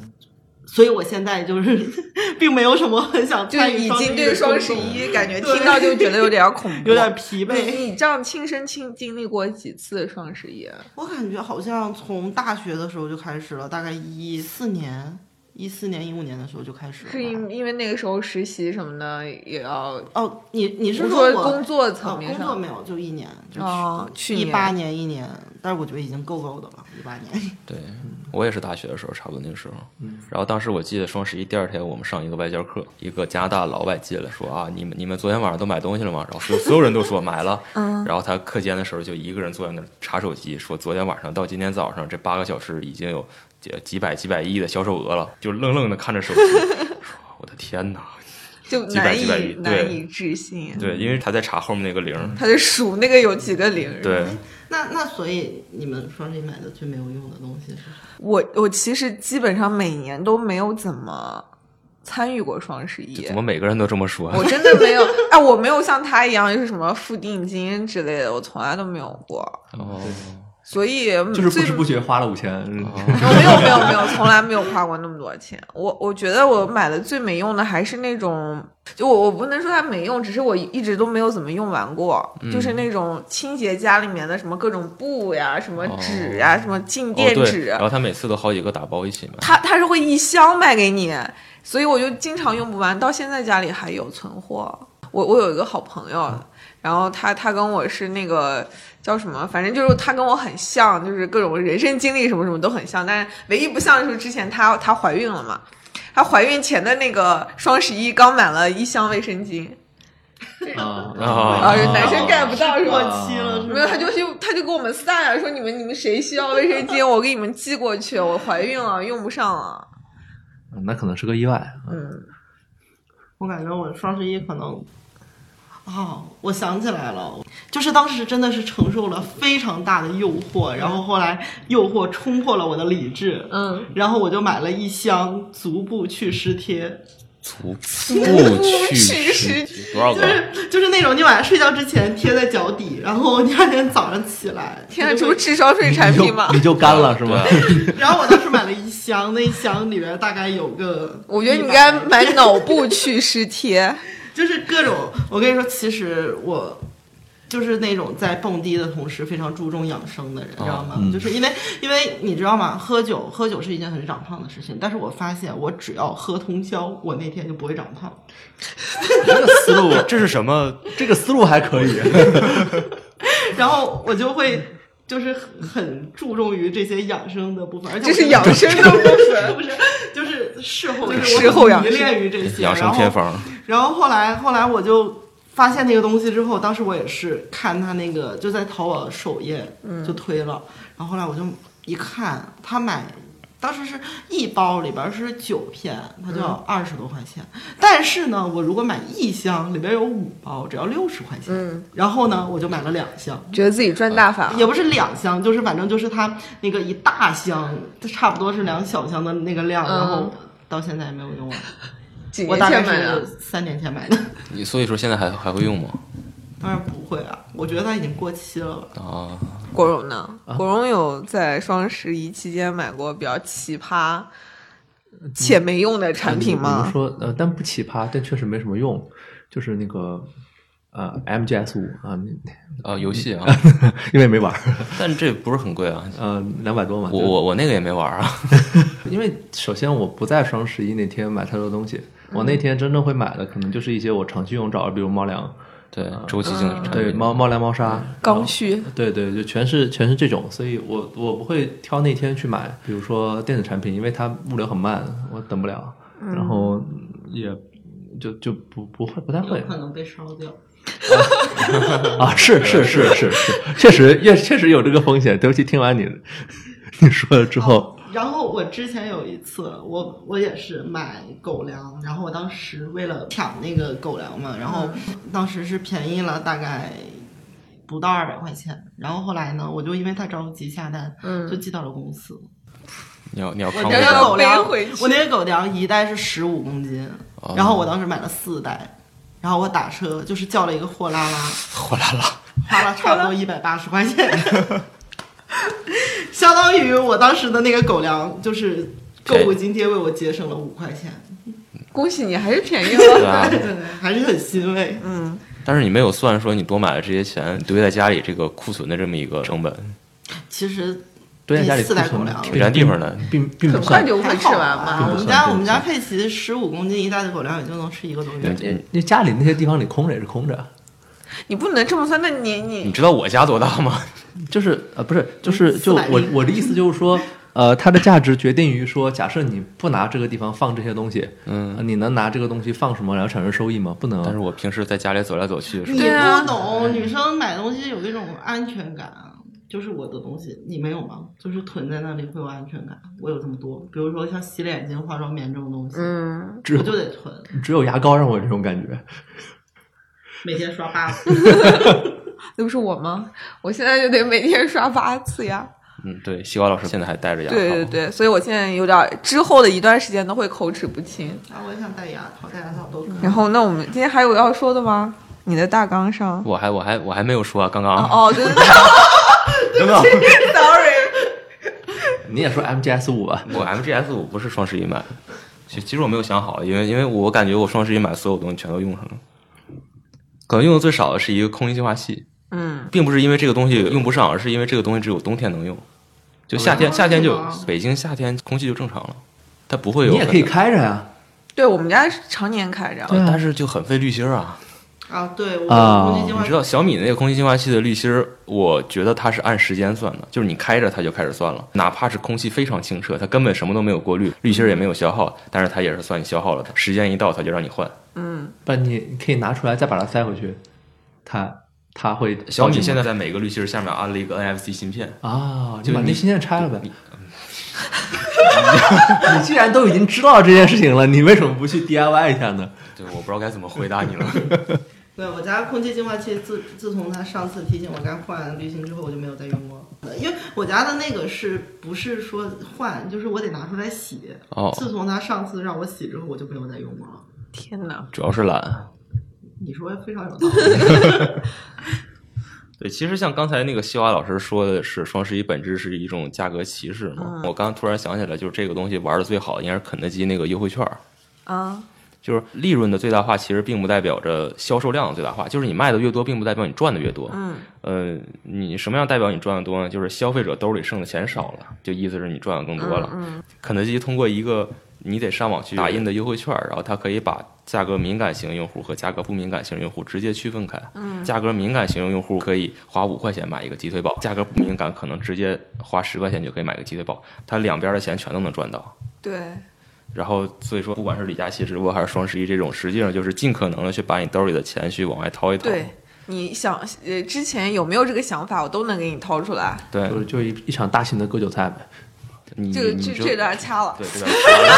[SPEAKER 3] 所以我现在就是 [laughs] 并没有什么很想
[SPEAKER 1] 就是
[SPEAKER 3] 参与
[SPEAKER 1] 已经对双
[SPEAKER 3] 双
[SPEAKER 1] 十
[SPEAKER 3] 十一的冲动
[SPEAKER 1] 一感觉
[SPEAKER 3] 对
[SPEAKER 1] 听到就觉得有点儿恐怖，
[SPEAKER 3] [laughs] 有点疲
[SPEAKER 1] 你
[SPEAKER 3] 惫。
[SPEAKER 1] 你这样亲身亲经历过几次双十一？啊
[SPEAKER 3] 我感觉好像从大学的时候就开始了，大概一四年、一四年、一五年的时候就开始了吧。
[SPEAKER 1] 是因因为那个时候实习什么的也要，
[SPEAKER 3] 哦，你你是
[SPEAKER 1] 我说
[SPEAKER 3] 我
[SPEAKER 1] 工作
[SPEAKER 3] 哦
[SPEAKER 1] 层面
[SPEAKER 3] 工作
[SPEAKER 1] 上
[SPEAKER 3] 没有，就一年，就
[SPEAKER 1] 哦去
[SPEAKER 3] 一
[SPEAKER 1] 年
[SPEAKER 3] 八年一年，但是我觉得已经够够的了，一八年。 [laughs]
[SPEAKER 4] 对，我也是大学的时候，差不多那个时候。
[SPEAKER 1] 嗯
[SPEAKER 4] 然后当时我记得双十一第二天，我们上一个外教课，一个加拿大老外进来说啊，你们你们昨天晚上都买东西了吗？然后所 [laughs] 有所有人都说买了。
[SPEAKER 1] 嗯
[SPEAKER 4] 然后他课间的时候就一个人坐在那儿查手机，说昨天晚上到今天早上这八个小时已经有几几百几百亿的销售额了，就愣愣的看着手机，说我的天哪！
[SPEAKER 1] 就
[SPEAKER 4] 几百
[SPEAKER 1] 难以
[SPEAKER 4] 几百亿
[SPEAKER 1] 难
[SPEAKER 4] 对
[SPEAKER 1] 以置信。
[SPEAKER 4] 对，因为他在查后面那个零儿。
[SPEAKER 1] 他就数那个有几个零。，
[SPEAKER 4] 对，
[SPEAKER 3] 那那所以你们双十一买的最没有用的东西是啥？
[SPEAKER 1] 我我其实基本上每年都没有怎么参与过双十一
[SPEAKER 4] 怎。么每个人都这么说？
[SPEAKER 1] 我真的没有，哎，我没有像他一样，就是什么付定金之类的，我从来都没有过。
[SPEAKER 4] 哦，
[SPEAKER 1] 所以
[SPEAKER 2] [laughs]
[SPEAKER 1] 嗯
[SPEAKER 2] 就是不
[SPEAKER 1] 最哦
[SPEAKER 2] 知不觉花了五千，嗯
[SPEAKER 1] 我没有没有没有，从来没有花过那么多钱。我我觉得我买的最没用的还是那种，就我我不能说它没用，只是我一直都没有怎么用完过，
[SPEAKER 4] 嗯
[SPEAKER 1] 就是那种清洁家里面的什么各种布呀、什么纸呀、什么静
[SPEAKER 4] 哦
[SPEAKER 1] 电啊
[SPEAKER 4] 对，
[SPEAKER 1] 纸，
[SPEAKER 4] 然后他每次都好几个打包一起买。
[SPEAKER 1] 它它是会一箱卖给你，所以我就经常用不完，到现在家里还有存货。我我有一个好朋友，然后他他跟我是那个叫什么，反正就是他跟我很像，就是各种人生经历什么什么都很像，但是唯一不像就是之前她她怀孕了嘛，她怀孕前的那个双十一刚买了一箱卫生巾，
[SPEAKER 2] 啊
[SPEAKER 1] 啊，
[SPEAKER 4] [laughs] 啊
[SPEAKER 1] 男生 get 不到是
[SPEAKER 3] 过
[SPEAKER 1] 吧？
[SPEAKER 3] 期了是吗？
[SPEAKER 1] 没有，他就去，他就给我们散啊，说你们你们谁需要卫生巾，我给你们寄过去，我怀孕了，用不上了。
[SPEAKER 2] 那可能是个意外。
[SPEAKER 1] 嗯，
[SPEAKER 3] 我感觉我双十一可能，哦，我想起来了，就是当时真的是承受了非常大的诱惑，然后后来诱惑冲破了我的理智，
[SPEAKER 1] 嗯，
[SPEAKER 3] 然后我就买了一箱足部祛湿贴， [laughs]
[SPEAKER 4] 足
[SPEAKER 1] [laughs] 不
[SPEAKER 4] 不
[SPEAKER 1] 去
[SPEAKER 4] 去湿
[SPEAKER 1] 湿
[SPEAKER 4] 多少
[SPEAKER 3] 就
[SPEAKER 4] 个？啊
[SPEAKER 3] 是就是那种你晚上睡觉之前贴在脚底，然后第二天早上起来，
[SPEAKER 1] 天啊，
[SPEAKER 3] 就
[SPEAKER 1] 这
[SPEAKER 3] 会
[SPEAKER 1] 不智商税产
[SPEAKER 2] 你
[SPEAKER 1] 品
[SPEAKER 2] 就
[SPEAKER 1] 吗？
[SPEAKER 2] 你就干了是吗？
[SPEAKER 3] 然后我当时买了一箱，那一箱里面大概有个，
[SPEAKER 1] 我觉得你应该买脑部祛湿贴，
[SPEAKER 3] 就是各种，我跟你说，其实我就是那种在蹦迪的同时非常注重养生的人，你知道吗？就是因为因为你知道吗？喝酒喝酒是一件很长胖的事情，但是我发现我只要喝通宵，我那天就不会长胖。
[SPEAKER 4] 这个思路，这是什么？
[SPEAKER 2] 这个思路还可以。
[SPEAKER 3] 然后我就会就是很很注重于这些养生的部分，而
[SPEAKER 1] 这
[SPEAKER 3] 且我
[SPEAKER 1] 是
[SPEAKER 3] 觉得
[SPEAKER 1] 养生的部分。
[SPEAKER 3] 不是就是事后就是
[SPEAKER 1] 事后
[SPEAKER 3] 我
[SPEAKER 1] 养
[SPEAKER 3] 很迷
[SPEAKER 1] 生
[SPEAKER 3] 恋于这
[SPEAKER 4] [laughs]
[SPEAKER 3] 些
[SPEAKER 4] 养生
[SPEAKER 3] 然后
[SPEAKER 4] 偏方，
[SPEAKER 3] 然后后来后来我就发现那个东西之后，当时我也是看他那个就在淘宝首页
[SPEAKER 1] 嗯
[SPEAKER 3] 就推了，然后后来我就一看，他买当时是一包里边是九片，它就要
[SPEAKER 1] 嗯
[SPEAKER 3] 二十多块钱。但是呢，我如果买一箱，里边有五包，只要六十块钱。
[SPEAKER 1] 嗯，
[SPEAKER 3] 然后呢，我就买了两箱，
[SPEAKER 1] 觉得自己赚大发了
[SPEAKER 3] 也不是两箱，就是反正就是它那个一大箱，差不多是两小箱的那个量，然后
[SPEAKER 1] 嗯
[SPEAKER 3] 到现在也没有用完。
[SPEAKER 1] 几啊
[SPEAKER 3] 我
[SPEAKER 1] 年
[SPEAKER 3] 大概
[SPEAKER 1] 前买的
[SPEAKER 3] 是，三年前买的，
[SPEAKER 4] 你所以说现在还还会用吗？
[SPEAKER 3] 当然不会啊，我觉得它已经过期了吧。
[SPEAKER 4] 啊，
[SPEAKER 1] 国荣呢？国荣有在双十一期间买过比较奇葩且没用的产品
[SPEAKER 2] 比
[SPEAKER 1] 吗
[SPEAKER 2] 如？说，呃，但不奇葩，但确实没什么用，就是那个呃 MGS 五啊， [laughs] 那
[SPEAKER 4] 啊，游戏啊，
[SPEAKER 2] 因为没玩儿，
[SPEAKER 4] 但这不是很贵啊。
[SPEAKER 2] 呃，两百多嘛。
[SPEAKER 4] 我
[SPEAKER 2] 对
[SPEAKER 4] 我我那个也没玩儿啊，
[SPEAKER 2] 因为首先我不在双十一那天买太多东西，我
[SPEAKER 1] 嗯
[SPEAKER 2] 那天真正会买的可能就是一些我长期用着，比如猫粮，
[SPEAKER 4] 对，周期性的产
[SPEAKER 2] 对
[SPEAKER 4] 品。
[SPEAKER 2] 猫猫粮猫砂，
[SPEAKER 1] 刚需，
[SPEAKER 2] 对对，就全是全是这种，所以我我不会挑那天去买，比如说电子产品，因为它物流很慢，我等不了，
[SPEAKER 3] 嗯
[SPEAKER 2] 然后也就就不不会不太会
[SPEAKER 3] 有可能被烧掉。
[SPEAKER 2] 啊，是是是是 [laughs] 是，确实也确实有这个风险。对不起，听完你 [laughs] 你说了之后，
[SPEAKER 3] 然后我之前有一次，我我也是买狗粮，然后我当时为了抢那个狗粮嘛，然后当时是便宜了大概不到二百块钱。然后后来呢，我就因为太着急下单，
[SPEAKER 1] 嗯
[SPEAKER 3] 就寄到了公司。
[SPEAKER 4] 你要你要
[SPEAKER 3] 我
[SPEAKER 4] 看
[SPEAKER 3] 那
[SPEAKER 1] 这
[SPEAKER 3] 个
[SPEAKER 1] 要
[SPEAKER 3] 狗
[SPEAKER 4] 过
[SPEAKER 1] 背
[SPEAKER 3] 粮，
[SPEAKER 1] 回去
[SPEAKER 3] 我那个狗粮一袋是十五公斤，
[SPEAKER 4] 哦
[SPEAKER 3] 然后我当时买了四袋，然后我打车就是叫了一个货拉
[SPEAKER 1] [laughs]
[SPEAKER 3] 拉，
[SPEAKER 4] 火辣辣，
[SPEAKER 3] 花了差不多一百八十块钱，相当于我当时的那个狗粮就是购物津贴为我节省了五块钱，
[SPEAKER 1] 恭喜你还是便宜了。
[SPEAKER 4] [laughs]
[SPEAKER 3] [laughs]
[SPEAKER 4] 对啊。
[SPEAKER 3] 对，还是很欣慰。
[SPEAKER 1] 嗯，
[SPEAKER 4] 但是你没有算说你多买了这些钱堆在家里这个库存的这么一个成本，
[SPEAKER 3] 其实
[SPEAKER 2] 蹲在家里
[SPEAKER 3] 四袋
[SPEAKER 2] 库存
[SPEAKER 3] 狗粮
[SPEAKER 2] 并
[SPEAKER 4] 给啥地方呢？
[SPEAKER 2] 并并不
[SPEAKER 1] 很快
[SPEAKER 2] 算。
[SPEAKER 1] 就会吃完
[SPEAKER 3] 还好
[SPEAKER 1] 吧
[SPEAKER 3] 吧？
[SPEAKER 2] 并
[SPEAKER 3] 我
[SPEAKER 2] 不
[SPEAKER 3] 们
[SPEAKER 2] 算
[SPEAKER 3] 家
[SPEAKER 2] 并不
[SPEAKER 3] 我们家
[SPEAKER 2] 算
[SPEAKER 3] 佩奇十五公斤一袋的狗粮也就能吃一个多月。
[SPEAKER 2] 你你家里那些地方里空着也是空着，
[SPEAKER 1] 你不能这么算，那你
[SPEAKER 4] 你
[SPEAKER 1] 你
[SPEAKER 4] 知道我家多大吗？ [laughs]
[SPEAKER 2] 就是呃不是就是
[SPEAKER 3] 嗯
[SPEAKER 2] 就
[SPEAKER 3] 400
[SPEAKER 2] 我
[SPEAKER 3] 零
[SPEAKER 2] 我的意思就是说，呃，它的价值决定于说，假设你不拿这个地方放这些东西，
[SPEAKER 4] 嗯，
[SPEAKER 2] 呃你能拿这个东西放什么，然后产生收益吗？不能。啊
[SPEAKER 4] 但是我平时在家里走来走去的时
[SPEAKER 3] 你
[SPEAKER 4] 候，
[SPEAKER 1] 对啊
[SPEAKER 3] 不懂，女生买东西有一种安全感啊。就是我的东西，你没有吗？就是囤在那里会有安全感。我有这么多，比如说像洗脸巾、化妆棉这种东西，
[SPEAKER 1] 嗯，
[SPEAKER 2] 只
[SPEAKER 3] 我就得囤，
[SPEAKER 2] 只有牙膏让我有这种感觉，
[SPEAKER 3] 每天刷八次。
[SPEAKER 1] 那不是我吗？我现在就得每天刷八次呀。
[SPEAKER 4] 嗯，对，西瓜老师现在还戴着牙套，
[SPEAKER 1] 对对对，所以我现在有点之后的一段时间都会口齿不清。
[SPEAKER 3] 啊，我也想戴牙套，戴牙套都可以。
[SPEAKER 1] 然后，那我们今天还有要说的吗？你的大纲上。
[SPEAKER 4] 我还我还我还没有说啊，刚刚
[SPEAKER 1] 哦，对对
[SPEAKER 4] 刚刚
[SPEAKER 1] 对，sorry。 [laughs]
[SPEAKER 2] 你也说 MGS 五吧？
[SPEAKER 4] 我 MGS 五不是双十一买的，其其实我没有想好，因为因为我感觉我双十一买所有东西全都用上了，可能用的最少的是一个空气净化器，
[SPEAKER 1] 嗯，
[SPEAKER 4] 并不是因为这个东西用不上，而是因为这个东西只有冬天能用，就夏天
[SPEAKER 3] 哦
[SPEAKER 4] 夏天就有
[SPEAKER 3] 是吗
[SPEAKER 4] 北京夏天空气就正常了，它不会有
[SPEAKER 2] 你也可以
[SPEAKER 4] 很大，呃
[SPEAKER 2] 开着呀、
[SPEAKER 1] 对我们家是常年开着。
[SPEAKER 2] 对啊
[SPEAKER 4] 但是就很费滤芯儿啊。
[SPEAKER 3] 啊，对，我
[SPEAKER 2] 啊
[SPEAKER 3] 估计
[SPEAKER 4] 你
[SPEAKER 3] 今晚
[SPEAKER 4] 知道小米那个空气净化器的滤芯儿，我觉得它是按时间算的，就是你开着它就开始算了，哪怕是空气非常清澈，它根本什么都没有过滤，滤芯儿也没有消耗，但是它也是算你消耗了的，时间一到它就让你换。
[SPEAKER 1] 嗯，
[SPEAKER 2] 不然你可以拿出来再把它塞回去，它它会
[SPEAKER 4] 小米
[SPEAKER 2] 报警
[SPEAKER 4] 现
[SPEAKER 2] 吗
[SPEAKER 4] 在在每个滤芯儿下面安了一个 NFC 芯片，
[SPEAKER 2] 啊，
[SPEAKER 4] 就
[SPEAKER 2] 你把那
[SPEAKER 4] 你
[SPEAKER 2] 芯片拆了呗。 [laughs] 你既然都已经知道这件事情了，你为什么不去 DIY 一下呢？
[SPEAKER 4] 对，我不知道该怎么回答你了。 [laughs]
[SPEAKER 3] 对我家空气净化器自自从他上次提醒我该换滤芯之后，我就没有再用过。因为我家的那个是不是说换，就是我得拿出来洗。
[SPEAKER 4] 哦，
[SPEAKER 3] 自从他上次让我洗之后，我就没有再用过了。
[SPEAKER 1] 天哪，
[SPEAKER 4] 主要是懒。
[SPEAKER 3] 你说非常有道理。
[SPEAKER 4] 对，其实像刚才那个西娃老师说的是，双十一本质是一种价格歧视嘛。我刚刚突然想起来，就是这个东西玩的最好的应该是肯德基那个优惠券儿。
[SPEAKER 1] 啊，
[SPEAKER 4] 就是利润的最大化，其实并不代表着销售量的最大化。就是你卖的越多，并不代表你赚的越多。
[SPEAKER 1] 嗯，
[SPEAKER 4] 呃，你什么样代表你赚的多呢？就是消费者兜里剩的钱少了，就意思是你赚的更多了。
[SPEAKER 1] 嗯，
[SPEAKER 4] 肯德基通过一个你得上网去打印的优惠券，然后它可以把价格敏感型用户和价格不敏感型用户直接区分开。嗯，价格敏感型用户可以花五块钱买一个鸡腿堡，价格不敏感可能直接花十块钱就可以买个鸡腿堡，它两边的钱全都能赚到。
[SPEAKER 1] 对，
[SPEAKER 4] 然后所以说，不管是李佳琦直播还是双十一这种，实际上就是尽可能的去把你兜里的钱去往外掏一掏。
[SPEAKER 1] 对，你想呃之前有没有这个想法，我都能给你掏出来。
[SPEAKER 4] 对，
[SPEAKER 2] 就是就一一场大型的割韭菜呗。
[SPEAKER 4] 你
[SPEAKER 1] 这个
[SPEAKER 4] 你
[SPEAKER 1] 这
[SPEAKER 4] 就
[SPEAKER 1] 这段掐了。
[SPEAKER 4] 对这段儿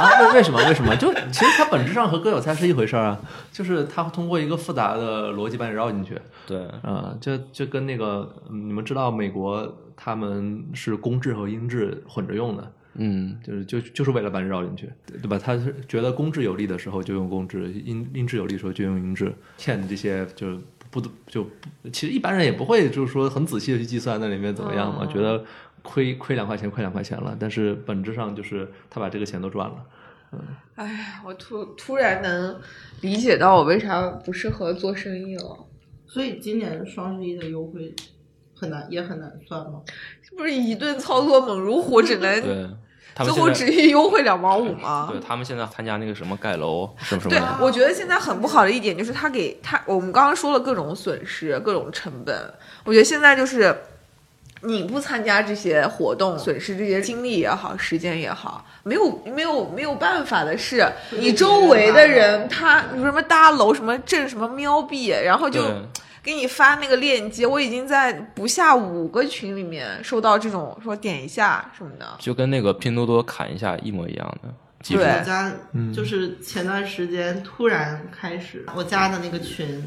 [SPEAKER 2] 啊，为为什么？为什么？就其实它本质上和割韭菜是一回事儿啊，就是它通过一个复杂的逻辑把你绕进去。
[SPEAKER 4] 对
[SPEAKER 2] 啊、这就跟那个嗯你们知道美国他们是公制和英制混着用的，
[SPEAKER 4] 嗯
[SPEAKER 2] 就是就就是为了把你绕进去，对对吧？他是觉得公制有利的时候就用公制，英英制有利的时候就用英制，骗这些就是不就不，其实一般人也不会就是说很仔细的去计算那里面怎么样嘛，觉得亏亏两块钱亏两块钱了，但是本质上就是他把这个钱都赚了。
[SPEAKER 1] 哎，我突突然能理解到我为啥不适合做生意了，
[SPEAKER 3] 所以今年双十一的优惠很难，也很难算吗？
[SPEAKER 1] 这不是一顿操作猛如虎，只能
[SPEAKER 4] 对，他
[SPEAKER 1] 最
[SPEAKER 4] 们
[SPEAKER 1] 后
[SPEAKER 4] 现在
[SPEAKER 1] 只优惠两毛五吗？
[SPEAKER 4] 对他们现在参加那个什么盖楼什么什么
[SPEAKER 1] 对啊
[SPEAKER 4] 的，，
[SPEAKER 1] 我觉得现在很不好的一点就是他给他，我们刚刚说了各种损失、各种成本，我觉得现在就是你不参加这些活动，损失这些精力也好、时间也好，没有没有没有办法的是，你周围的人他你说什么大楼、什么镇、什么喵币，然后就。
[SPEAKER 4] 对
[SPEAKER 1] 给你发那个链接，我已经在不下五个群里面收到这种说点一下什么的，
[SPEAKER 4] 就跟那个拼多多砍一下一模一样的技术
[SPEAKER 1] 对。
[SPEAKER 3] 我家就是前段时间突然开始，我加的那个群，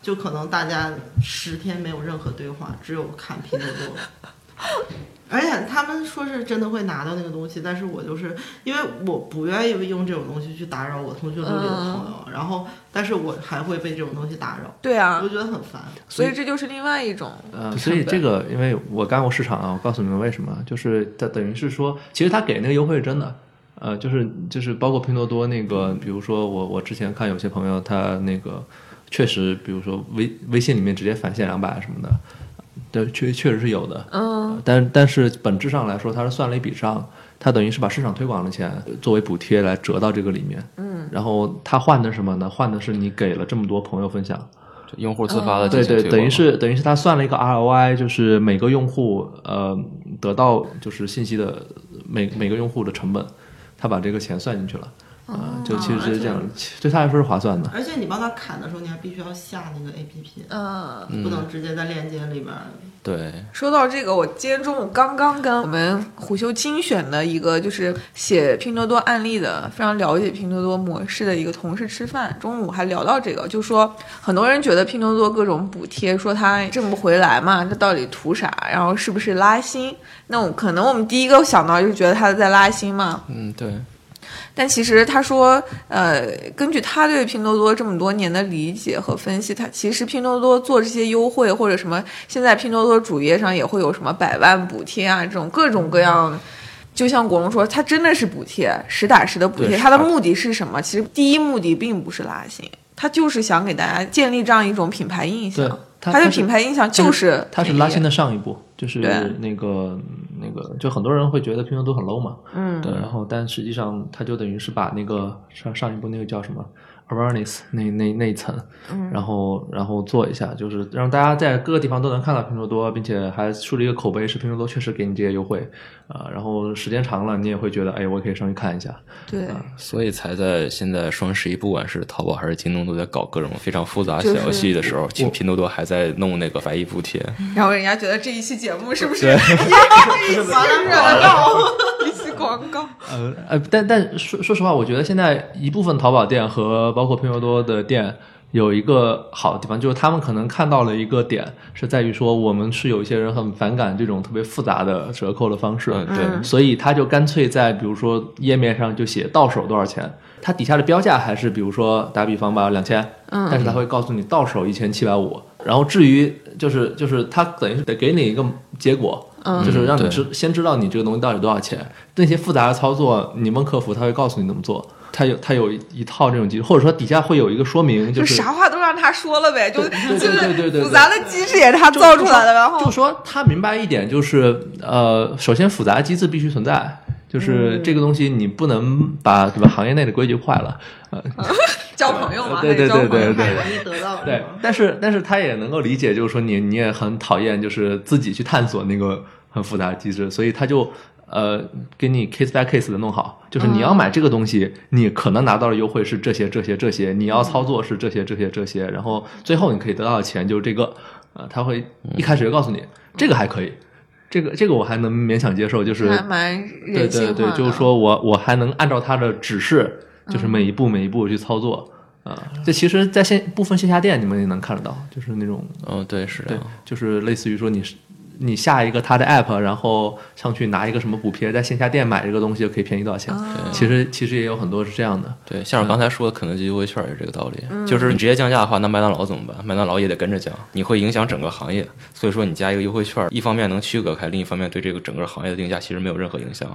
[SPEAKER 3] 就可能大家十天没有任何对话，只有看拼多多。而且他们说是真的会拿到那个东西，但是我就是因为我不愿意用这种东西去打扰我同学录里的
[SPEAKER 1] 嗯
[SPEAKER 3] 朋友，然后但是我还会被这种东西打扰，
[SPEAKER 1] 对啊
[SPEAKER 3] 我，觉得很烦。
[SPEAKER 1] 所以这就是另外一种
[SPEAKER 2] 呃，嗯所以这个，因为我干过市场啊，我告诉你们为什么，就是它等于是说，其实他给那个优惠是真的，呃，就是就是包括拼多多那个，比如说我我之前看有些朋友他那个确实，比如说微微信里面直接返现两百什么的，对，确确实是有的，呃
[SPEAKER 1] 嗯，
[SPEAKER 2] 但但是本质上来说，它是算了一笔账，它等于是把市场推广的钱作为补贴来折到这个里面，嗯，然后它换的是什么呢？换的是你给了这么多朋友分享，
[SPEAKER 4] 就用户自发的
[SPEAKER 2] 对
[SPEAKER 4] 进行
[SPEAKER 2] 嗯对，
[SPEAKER 4] 推
[SPEAKER 2] 等于
[SPEAKER 4] 广
[SPEAKER 2] 是等于是他算了一个 ROI，就是每个用户呃得到就是信息的每每个用户的成本，他把这个钱算进去了，啊、
[SPEAKER 1] 哦
[SPEAKER 2] 就其实就是这样，其对他来说是划算的。
[SPEAKER 3] 而且你帮他砍的时候，你还必须要下那个 APP，
[SPEAKER 1] 嗯。
[SPEAKER 3] 不能直接在链接里边儿。
[SPEAKER 4] 对
[SPEAKER 1] 说到这个，我今天中午刚刚跟我们虎嗅精选的一个就是写拼多多案例的，非常了解拼多多模式的一个同事吃饭，中午还聊到这个，就说很多人觉得拼多多各种补贴，说他挣不回来嘛，这到底图啥？然后是不是拉新？那我可能我们第一个想到就是觉得他在拉新嘛，
[SPEAKER 4] 嗯对
[SPEAKER 1] 但其实他说，呃，根据他对拼多多这么多年的理解和分析，他其实拼多多做这些优惠或者什么，现在拼多多主页上也会有什么百万补贴啊，这种各种各样。就像国荣说，它真的是补贴，实打实的补贴。
[SPEAKER 4] 对
[SPEAKER 1] 它的
[SPEAKER 4] 是的
[SPEAKER 1] 目的是什么？其实第一目的并不是拉新，它就是想给大家建立这样一种品牌印象
[SPEAKER 2] 对。
[SPEAKER 1] 它
[SPEAKER 2] 它它
[SPEAKER 1] 的
[SPEAKER 2] 是
[SPEAKER 1] 品牌印象就是
[SPEAKER 2] 它是
[SPEAKER 1] 便宜
[SPEAKER 2] 拉新的上一步，就是
[SPEAKER 1] 对
[SPEAKER 2] 那个那个，就很多人会觉得拼多多很 low 嘛，
[SPEAKER 1] 嗯
[SPEAKER 2] 对，然后但实际上它就等于是把那个上上一步那个叫什么 awareness 那那那一层，然后然后做一下，就是让大家在各个地方都能看到拼多多，并且还树立一个口碑，是拼多多确实给你这些优惠啊、然后时间长了，你也会觉得，哎，我可以上去看一下，
[SPEAKER 1] 对。
[SPEAKER 4] 所以才在现在双十一，不管是淘宝还是京东，都在搞各种非常复杂小
[SPEAKER 1] 就是
[SPEAKER 4] 游戏的时候，其实拼多多还在弄那个百亿补贴。
[SPEAKER 1] 然后人家觉得这一期节目是不是一期广告，一期广告？
[SPEAKER 2] 呃呃，但但说说实话，我觉得现在一部分淘宝店和包括拼多多的店有一个好的地方，就是他们可能看到了一个点，是在于说我们是有一些人很反感这种特别复杂的折扣的方式，
[SPEAKER 4] 嗯对
[SPEAKER 2] 所以他就干脆在比如说页面上就写到手多少钱，它底下的标价还是比如说打比方吧两千，嗯，但是他会告诉你到手一千七百五，然后至于就是就是他等于是得给你一个结果，嗯就是让你
[SPEAKER 4] 对
[SPEAKER 2] 知先知道你这个东西到底多少钱，那些复杂的操作你问客服他会告诉你怎么做，他有他有一套这种机制，或者说底下会有一个说明，
[SPEAKER 1] 就
[SPEAKER 2] 就是
[SPEAKER 1] 啥话都让他说了呗，就
[SPEAKER 2] 对对对
[SPEAKER 1] 就
[SPEAKER 2] 对对
[SPEAKER 1] 是
[SPEAKER 2] 对
[SPEAKER 1] 复杂的机制也是他
[SPEAKER 2] 就
[SPEAKER 1] 造出来的，然
[SPEAKER 2] 就
[SPEAKER 1] 后
[SPEAKER 2] 说他明白一点，就是呃，首先复杂机制必须存在，就是
[SPEAKER 1] 嗯
[SPEAKER 2] 这个东西你不能把什么行业内的规矩坏了，呃，
[SPEAKER 1] 交朋友嘛，
[SPEAKER 2] 对对
[SPEAKER 1] 还得交朋友
[SPEAKER 2] 对对
[SPEAKER 3] 太容易得到是
[SPEAKER 2] 对
[SPEAKER 3] 吗，
[SPEAKER 2] 但是但是他也能够理解，就是说你你也很讨厌，就是自己去探索那个很复杂的机制，所以他就。呃，给你 case by case 的弄好，就是你要
[SPEAKER 3] 嗯
[SPEAKER 2] 买这个东西，你可能拿到的优惠是这些这些这些，你要
[SPEAKER 3] 嗯
[SPEAKER 2] 操作是这些这些这些，然后最后你可以得到的钱就是这个，呃，他会一开始就告诉你这个还可以，这个这个我还能勉强接受，就是
[SPEAKER 3] 嗯
[SPEAKER 1] 还蛮
[SPEAKER 2] 对
[SPEAKER 1] 人性化
[SPEAKER 2] 对
[SPEAKER 1] 的。
[SPEAKER 2] 对，就是说我我还能按照他的指示，就是每一步每一步去操作啊。这其实，在线部分线下店你们也能看得到，就是那种
[SPEAKER 4] 嗯，对，是这
[SPEAKER 2] 对
[SPEAKER 4] 样。，
[SPEAKER 2] 就是类似于说你是你下一个他的 app，然后上去拿一个什么补贴，在线下店买这个东西可以便宜多少钱？
[SPEAKER 1] 啊
[SPEAKER 2] 其实其实也有很多是这样的。
[SPEAKER 4] 对，像我刚才说的，肯德基优惠券也是这个道理，就是你直接降价的话，那麦当劳怎么办？麦当劳也得跟着降，你会影响整个行业。所以说，你加一个优惠券，一方面能区隔开，另一方面对这个整个行业的定价其实没有任何影响，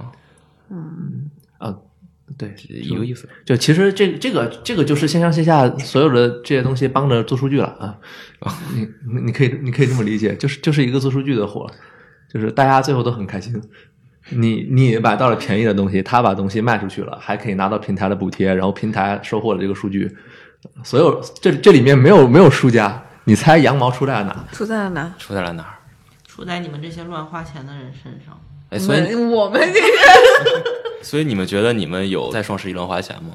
[SPEAKER 2] 对，
[SPEAKER 4] 一个意思。
[SPEAKER 2] 就其实这这个这个就是线上线下所有的这些东西帮着做数据了啊，你你你可以你可以这么理解，就是就是一个做数据的活儿，就是大家最后都很开心。你你买到了便宜的东西，他把东西卖出去了，还可以拿到平台的补贴，然后平台收获了这个数据，所有这这里面没有没有输家，你猜羊毛出在了哪？
[SPEAKER 1] 出在了哪？
[SPEAKER 4] 出在了哪儿？
[SPEAKER 3] 出在你们这些乱花钱的人身上。
[SPEAKER 4] 哎，所以
[SPEAKER 1] 我们这个，
[SPEAKER 4] 所以你们觉得你们有在双十一乱花钱吗？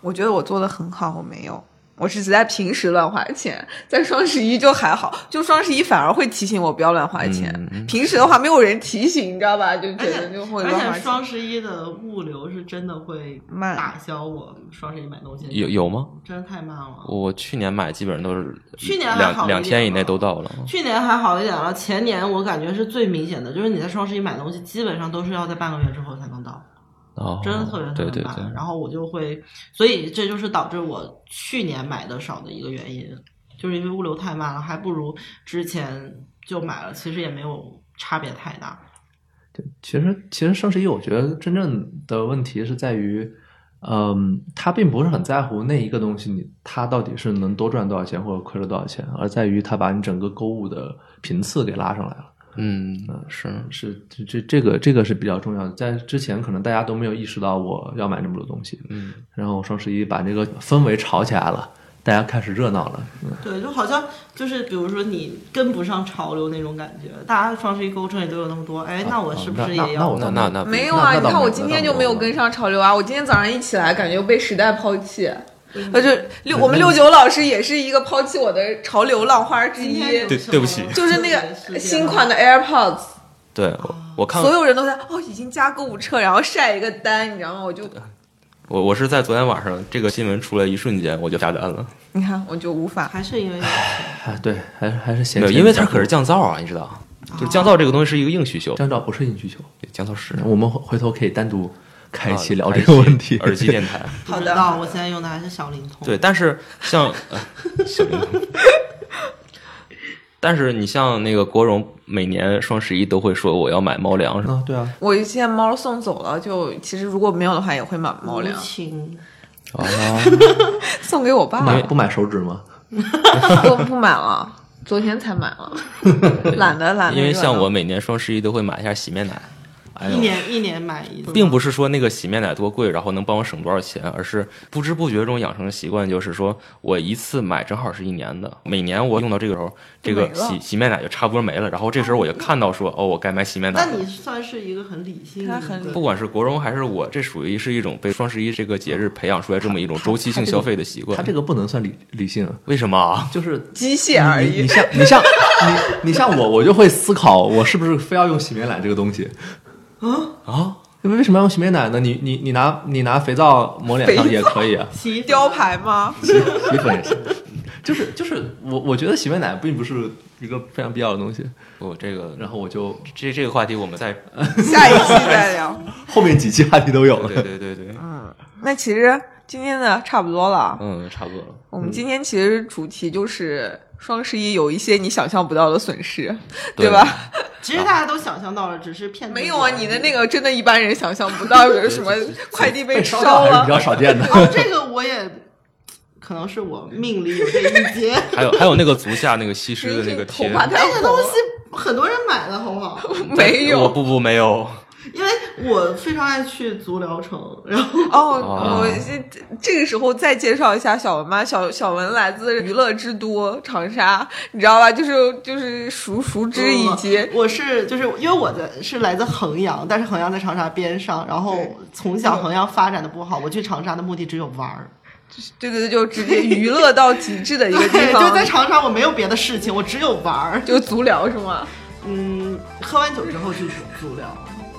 [SPEAKER 1] 我觉得我做的很好，我没有。我是只在平时乱花钱，在双十一就还好，就双十一反而会提醒我不要乱花钱。
[SPEAKER 4] 嗯
[SPEAKER 1] 平时的话没有人提醒，你知道吧？就觉得就会
[SPEAKER 3] 而
[SPEAKER 1] 乱花
[SPEAKER 3] 且
[SPEAKER 1] 钱。
[SPEAKER 3] 双十一的物流是真的会
[SPEAKER 1] 慢
[SPEAKER 3] 打消我双十一买东西，
[SPEAKER 4] 嗯有有吗？
[SPEAKER 3] 真的太慢了。
[SPEAKER 4] 我去年买基本上都是
[SPEAKER 3] 去年还好
[SPEAKER 4] 两两
[SPEAKER 3] 一点
[SPEAKER 4] 天以内
[SPEAKER 3] 吧
[SPEAKER 4] 都到了。
[SPEAKER 3] 去年还好一点了，前年我感觉是最明显的，就是你在双十一买东西，基本上都是要在半个月之后才能到，
[SPEAKER 4] 哦，
[SPEAKER 3] 真的特别啊特别
[SPEAKER 4] 对
[SPEAKER 3] 慢。
[SPEAKER 4] 对对，
[SPEAKER 3] 然后我就会，所以这就是导致我去年买的少的一个原因，就是因为物流太慢了，还不如之前就买了，其实也没有差别太大。
[SPEAKER 2] 其实，其实双十一，我觉得真正的问题是在于，嗯，他并不是很在乎那一个东西你他到底是能多赚多少钱或者亏了多少钱，而在于他把你整个购物的频次给拉上来了。
[SPEAKER 4] 嗯，是
[SPEAKER 2] 是这这这个这个是比较重要的，在之前可能大家都没有意识到我要买这么多东西，
[SPEAKER 4] 嗯，
[SPEAKER 2] 然后双十一把这个氛围炒起来了，大家开始热闹了，嗯
[SPEAKER 3] 对，就好像就是比如说你跟不上潮流那种感觉，大家双十一购物车里都有那么多，哎，那我是不
[SPEAKER 2] 啊那
[SPEAKER 3] 是
[SPEAKER 2] 那
[SPEAKER 3] 也
[SPEAKER 2] 那
[SPEAKER 3] 要？
[SPEAKER 2] 我
[SPEAKER 4] 那那那
[SPEAKER 1] 没有啊，
[SPEAKER 2] 那那
[SPEAKER 1] 你
[SPEAKER 2] 倒
[SPEAKER 1] 看
[SPEAKER 2] 没
[SPEAKER 1] 我
[SPEAKER 2] 有
[SPEAKER 1] 今
[SPEAKER 2] 那
[SPEAKER 1] 天
[SPEAKER 2] 倒
[SPEAKER 1] 就没有
[SPEAKER 2] 没有
[SPEAKER 1] 跟上潮流啊！我今天早上一起来，感觉被时代抛弃。那就六，我们六九老师也是一个抛弃我的潮流浪花之
[SPEAKER 3] 今
[SPEAKER 1] 一，
[SPEAKER 3] 天
[SPEAKER 4] 对对不起
[SPEAKER 1] 就是那
[SPEAKER 3] 世
[SPEAKER 1] 个
[SPEAKER 3] 界
[SPEAKER 1] 新
[SPEAKER 3] 吗
[SPEAKER 1] 款的 AirPods，
[SPEAKER 4] 对，我我看
[SPEAKER 1] 所有人都在哦，已经加购物车，然后晒一个单，你知道吗？我就
[SPEAKER 4] 我我是在昨天晚上这个新闻出来一瞬间我就下单了，
[SPEAKER 1] 你看，我就无法。
[SPEAKER 3] 还是因
[SPEAKER 1] [laughs]
[SPEAKER 3] 为
[SPEAKER 2] 哎对，还是还是
[SPEAKER 4] 没
[SPEAKER 2] 闲
[SPEAKER 4] 有，
[SPEAKER 2] 钱
[SPEAKER 4] 因为它
[SPEAKER 2] 比较
[SPEAKER 4] 可
[SPEAKER 2] 多
[SPEAKER 4] 是降噪啊，你知道，就是降噪这个东西是一个硬需求，
[SPEAKER 2] 降噪不是硬需求，
[SPEAKER 4] 降噪啊是
[SPEAKER 2] 我们回回头可以单独开一期聊
[SPEAKER 4] 啊
[SPEAKER 2] 这个问题，
[SPEAKER 4] 耳机电台。
[SPEAKER 1] 好
[SPEAKER 3] 不
[SPEAKER 1] 的
[SPEAKER 3] 知道，我现在用的还是小灵通。
[SPEAKER 4] 对，，但是像，呃、小灵通但是你像那个国荣，每年双十一都会说我要买猫粮什
[SPEAKER 2] [laughs]
[SPEAKER 4] 么，
[SPEAKER 2] 啊，对啊，
[SPEAKER 1] 我现在猫送走了，就其实如果没有的话，也会买猫粮
[SPEAKER 3] 嗯情。
[SPEAKER 1] [laughs] 送给我爸。
[SPEAKER 2] [laughs] 买 [laughs] 不买手指吗？
[SPEAKER 1] 我不买了，昨天才买了，懒得
[SPEAKER 2] 啊
[SPEAKER 1] 懒得。
[SPEAKER 4] 因为像我，每年双十一都会买一下洗面奶，
[SPEAKER 2] 哎
[SPEAKER 3] 一
[SPEAKER 2] 呦，
[SPEAKER 3] 年一年买一次，
[SPEAKER 4] 并
[SPEAKER 1] 嗯
[SPEAKER 4] 不是说那个洗面奶多贵，然后能帮我省多少钱，而是不知不觉中养成的习惯，就是说我一次买正好是一年的，每年我用到这个时候，这个
[SPEAKER 1] 没了
[SPEAKER 4] 洗洗面奶就差不多没了，然后这时候我就看到说，哦，我该买洗面奶
[SPEAKER 3] 那
[SPEAKER 4] 了。
[SPEAKER 3] 你算是一个很理性的
[SPEAKER 1] 他
[SPEAKER 3] 一个，
[SPEAKER 1] 很理
[SPEAKER 4] 不管是国荣还是我，这属于是一种被双十一这个节日培养出来这么一种周期性消费的习惯
[SPEAKER 2] 他。这个不能算理理性啊，
[SPEAKER 4] 为什么啊？
[SPEAKER 2] 就是
[SPEAKER 1] 机械而
[SPEAKER 2] 你你
[SPEAKER 1] 已
[SPEAKER 2] 你像你像你你像我，我就会思考，我是不是非要用洗面奶这个东西？
[SPEAKER 4] 啊，
[SPEAKER 2] 因为为什么要用洗面奶呢？你你你拿你拿肥皂抹脸上
[SPEAKER 1] 肥皂
[SPEAKER 2] 也可以啊，
[SPEAKER 3] 洗衣服
[SPEAKER 1] 雕牌吗？
[SPEAKER 2] 洗洗粉也行。就是就是我我觉得洗面奶并不是一个非常必要的东西，
[SPEAKER 4] 我这个
[SPEAKER 2] 然后我就
[SPEAKER 4] 这这个话题我们再
[SPEAKER 1] [laughs] 下一期再聊。
[SPEAKER 2] 后面几期话题都有了。
[SPEAKER 4] 对对对对，
[SPEAKER 1] 嗯那其实今天的差不多了，
[SPEAKER 4] 嗯，差不多了。
[SPEAKER 1] 我们今天其实主题就是双十一有一些你想象不到的损失，
[SPEAKER 4] 对
[SPEAKER 1] 吧？
[SPEAKER 3] 其实大家都想象到了，只是骗
[SPEAKER 1] 没有啊，你的那个真的一般人想象不到，比如什么快递被
[SPEAKER 2] 烧掉还是
[SPEAKER 1] 了
[SPEAKER 2] 比，较少
[SPEAKER 1] [laughs]
[SPEAKER 2] 见的。
[SPEAKER 3] 哦，这个我也可能是我命里有这一
[SPEAKER 1] [laughs]
[SPEAKER 3] 劫，
[SPEAKER 4] 还有还有那个足下那个西施
[SPEAKER 1] 真
[SPEAKER 4] 的
[SPEAKER 1] 是
[SPEAKER 4] 那个啊
[SPEAKER 1] 头
[SPEAKER 4] 贴，
[SPEAKER 1] 发太
[SPEAKER 3] 那个
[SPEAKER 1] 红
[SPEAKER 3] 东
[SPEAKER 1] 了
[SPEAKER 3] 西很多人买的好不好？
[SPEAKER 1] 没
[SPEAKER 4] 我
[SPEAKER 1] 有。
[SPEAKER 4] 不不没有，
[SPEAKER 3] 因为我非常爱去足疗城，然后
[SPEAKER 1] 哦，
[SPEAKER 4] 啊
[SPEAKER 1] 我这这个时候再介绍一下小文吧。小小文来自娱乐之都长沙，你知道吧？就是就是熟熟知以及
[SPEAKER 3] 嗯我是就是因为我的是来自衡阳，但是衡阳在长沙边上，然后从小衡阳发展的不好，我去长沙的目的只有玩儿。
[SPEAKER 1] 对对对，就直接娱乐到极致的一个地
[SPEAKER 3] [laughs] 对，就在
[SPEAKER 1] 方，
[SPEAKER 3] 长沙我没有别的事情，我只有玩儿。
[SPEAKER 1] 就足疗是吗？
[SPEAKER 3] 嗯，喝完酒之后去足足疗。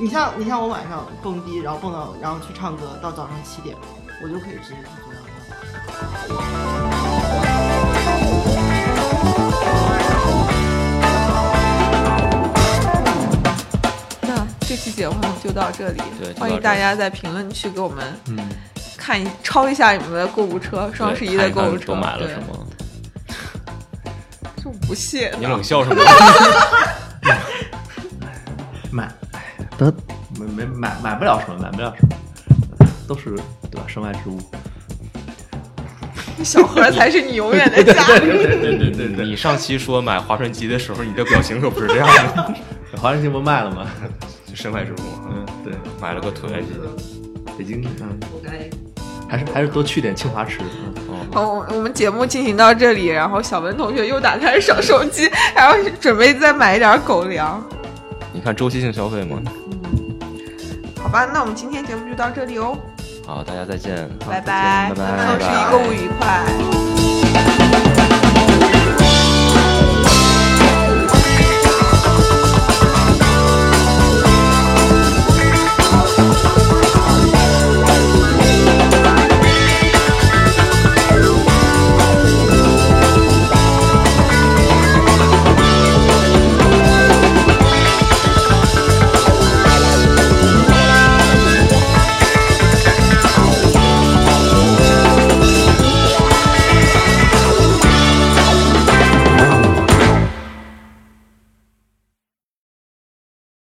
[SPEAKER 3] 你像你像我晚上蹦迪，然后蹦到然后去唱歌，到早上七点，我就可以直接去足疗了。
[SPEAKER 1] 那这期节目就到这里
[SPEAKER 4] 对就到这，里
[SPEAKER 1] 欢迎大家在评论区给我们
[SPEAKER 2] 嗯，
[SPEAKER 1] 看一抄一下你们的购物车，双十一的
[SPEAKER 4] 对
[SPEAKER 1] 购
[SPEAKER 4] 看一
[SPEAKER 1] 物
[SPEAKER 4] 看
[SPEAKER 1] 车
[SPEAKER 4] 都买了
[SPEAKER 1] 对
[SPEAKER 4] 什么？
[SPEAKER 1] 就不屑
[SPEAKER 4] 你冷笑什么？
[SPEAKER 2] 买，得没没买买不了什么，买不了什么，都是对吧？身外之物。
[SPEAKER 1] 小何才是你永远的 [laughs] 家。
[SPEAKER 2] [laughs] 对对对
[SPEAKER 4] 你上期说买划船机的时候，你的表情可不是这样
[SPEAKER 2] [laughs]
[SPEAKER 4] 的，
[SPEAKER 2] 对，华人街不卖了吗？ [laughs]
[SPEAKER 4] 就身外之物啊。
[SPEAKER 2] 嗯，对，
[SPEAKER 4] 买了个椭圆机，
[SPEAKER 2] 北京，嗯，
[SPEAKER 3] 我该
[SPEAKER 2] 还是还是多去点清华池。嗯
[SPEAKER 1] 好，我我们节目进行到这里，然后小文同学又打开了小手机，然后准备再买一点狗粮。
[SPEAKER 4] 你看周期性消费吗？
[SPEAKER 2] 嗯
[SPEAKER 1] 好吧，那我们今天节目就到这里哦，
[SPEAKER 4] 好，大家再见。
[SPEAKER 1] 拜拜，
[SPEAKER 4] 拜拜
[SPEAKER 1] 双十一购物愉快。
[SPEAKER 2] 拜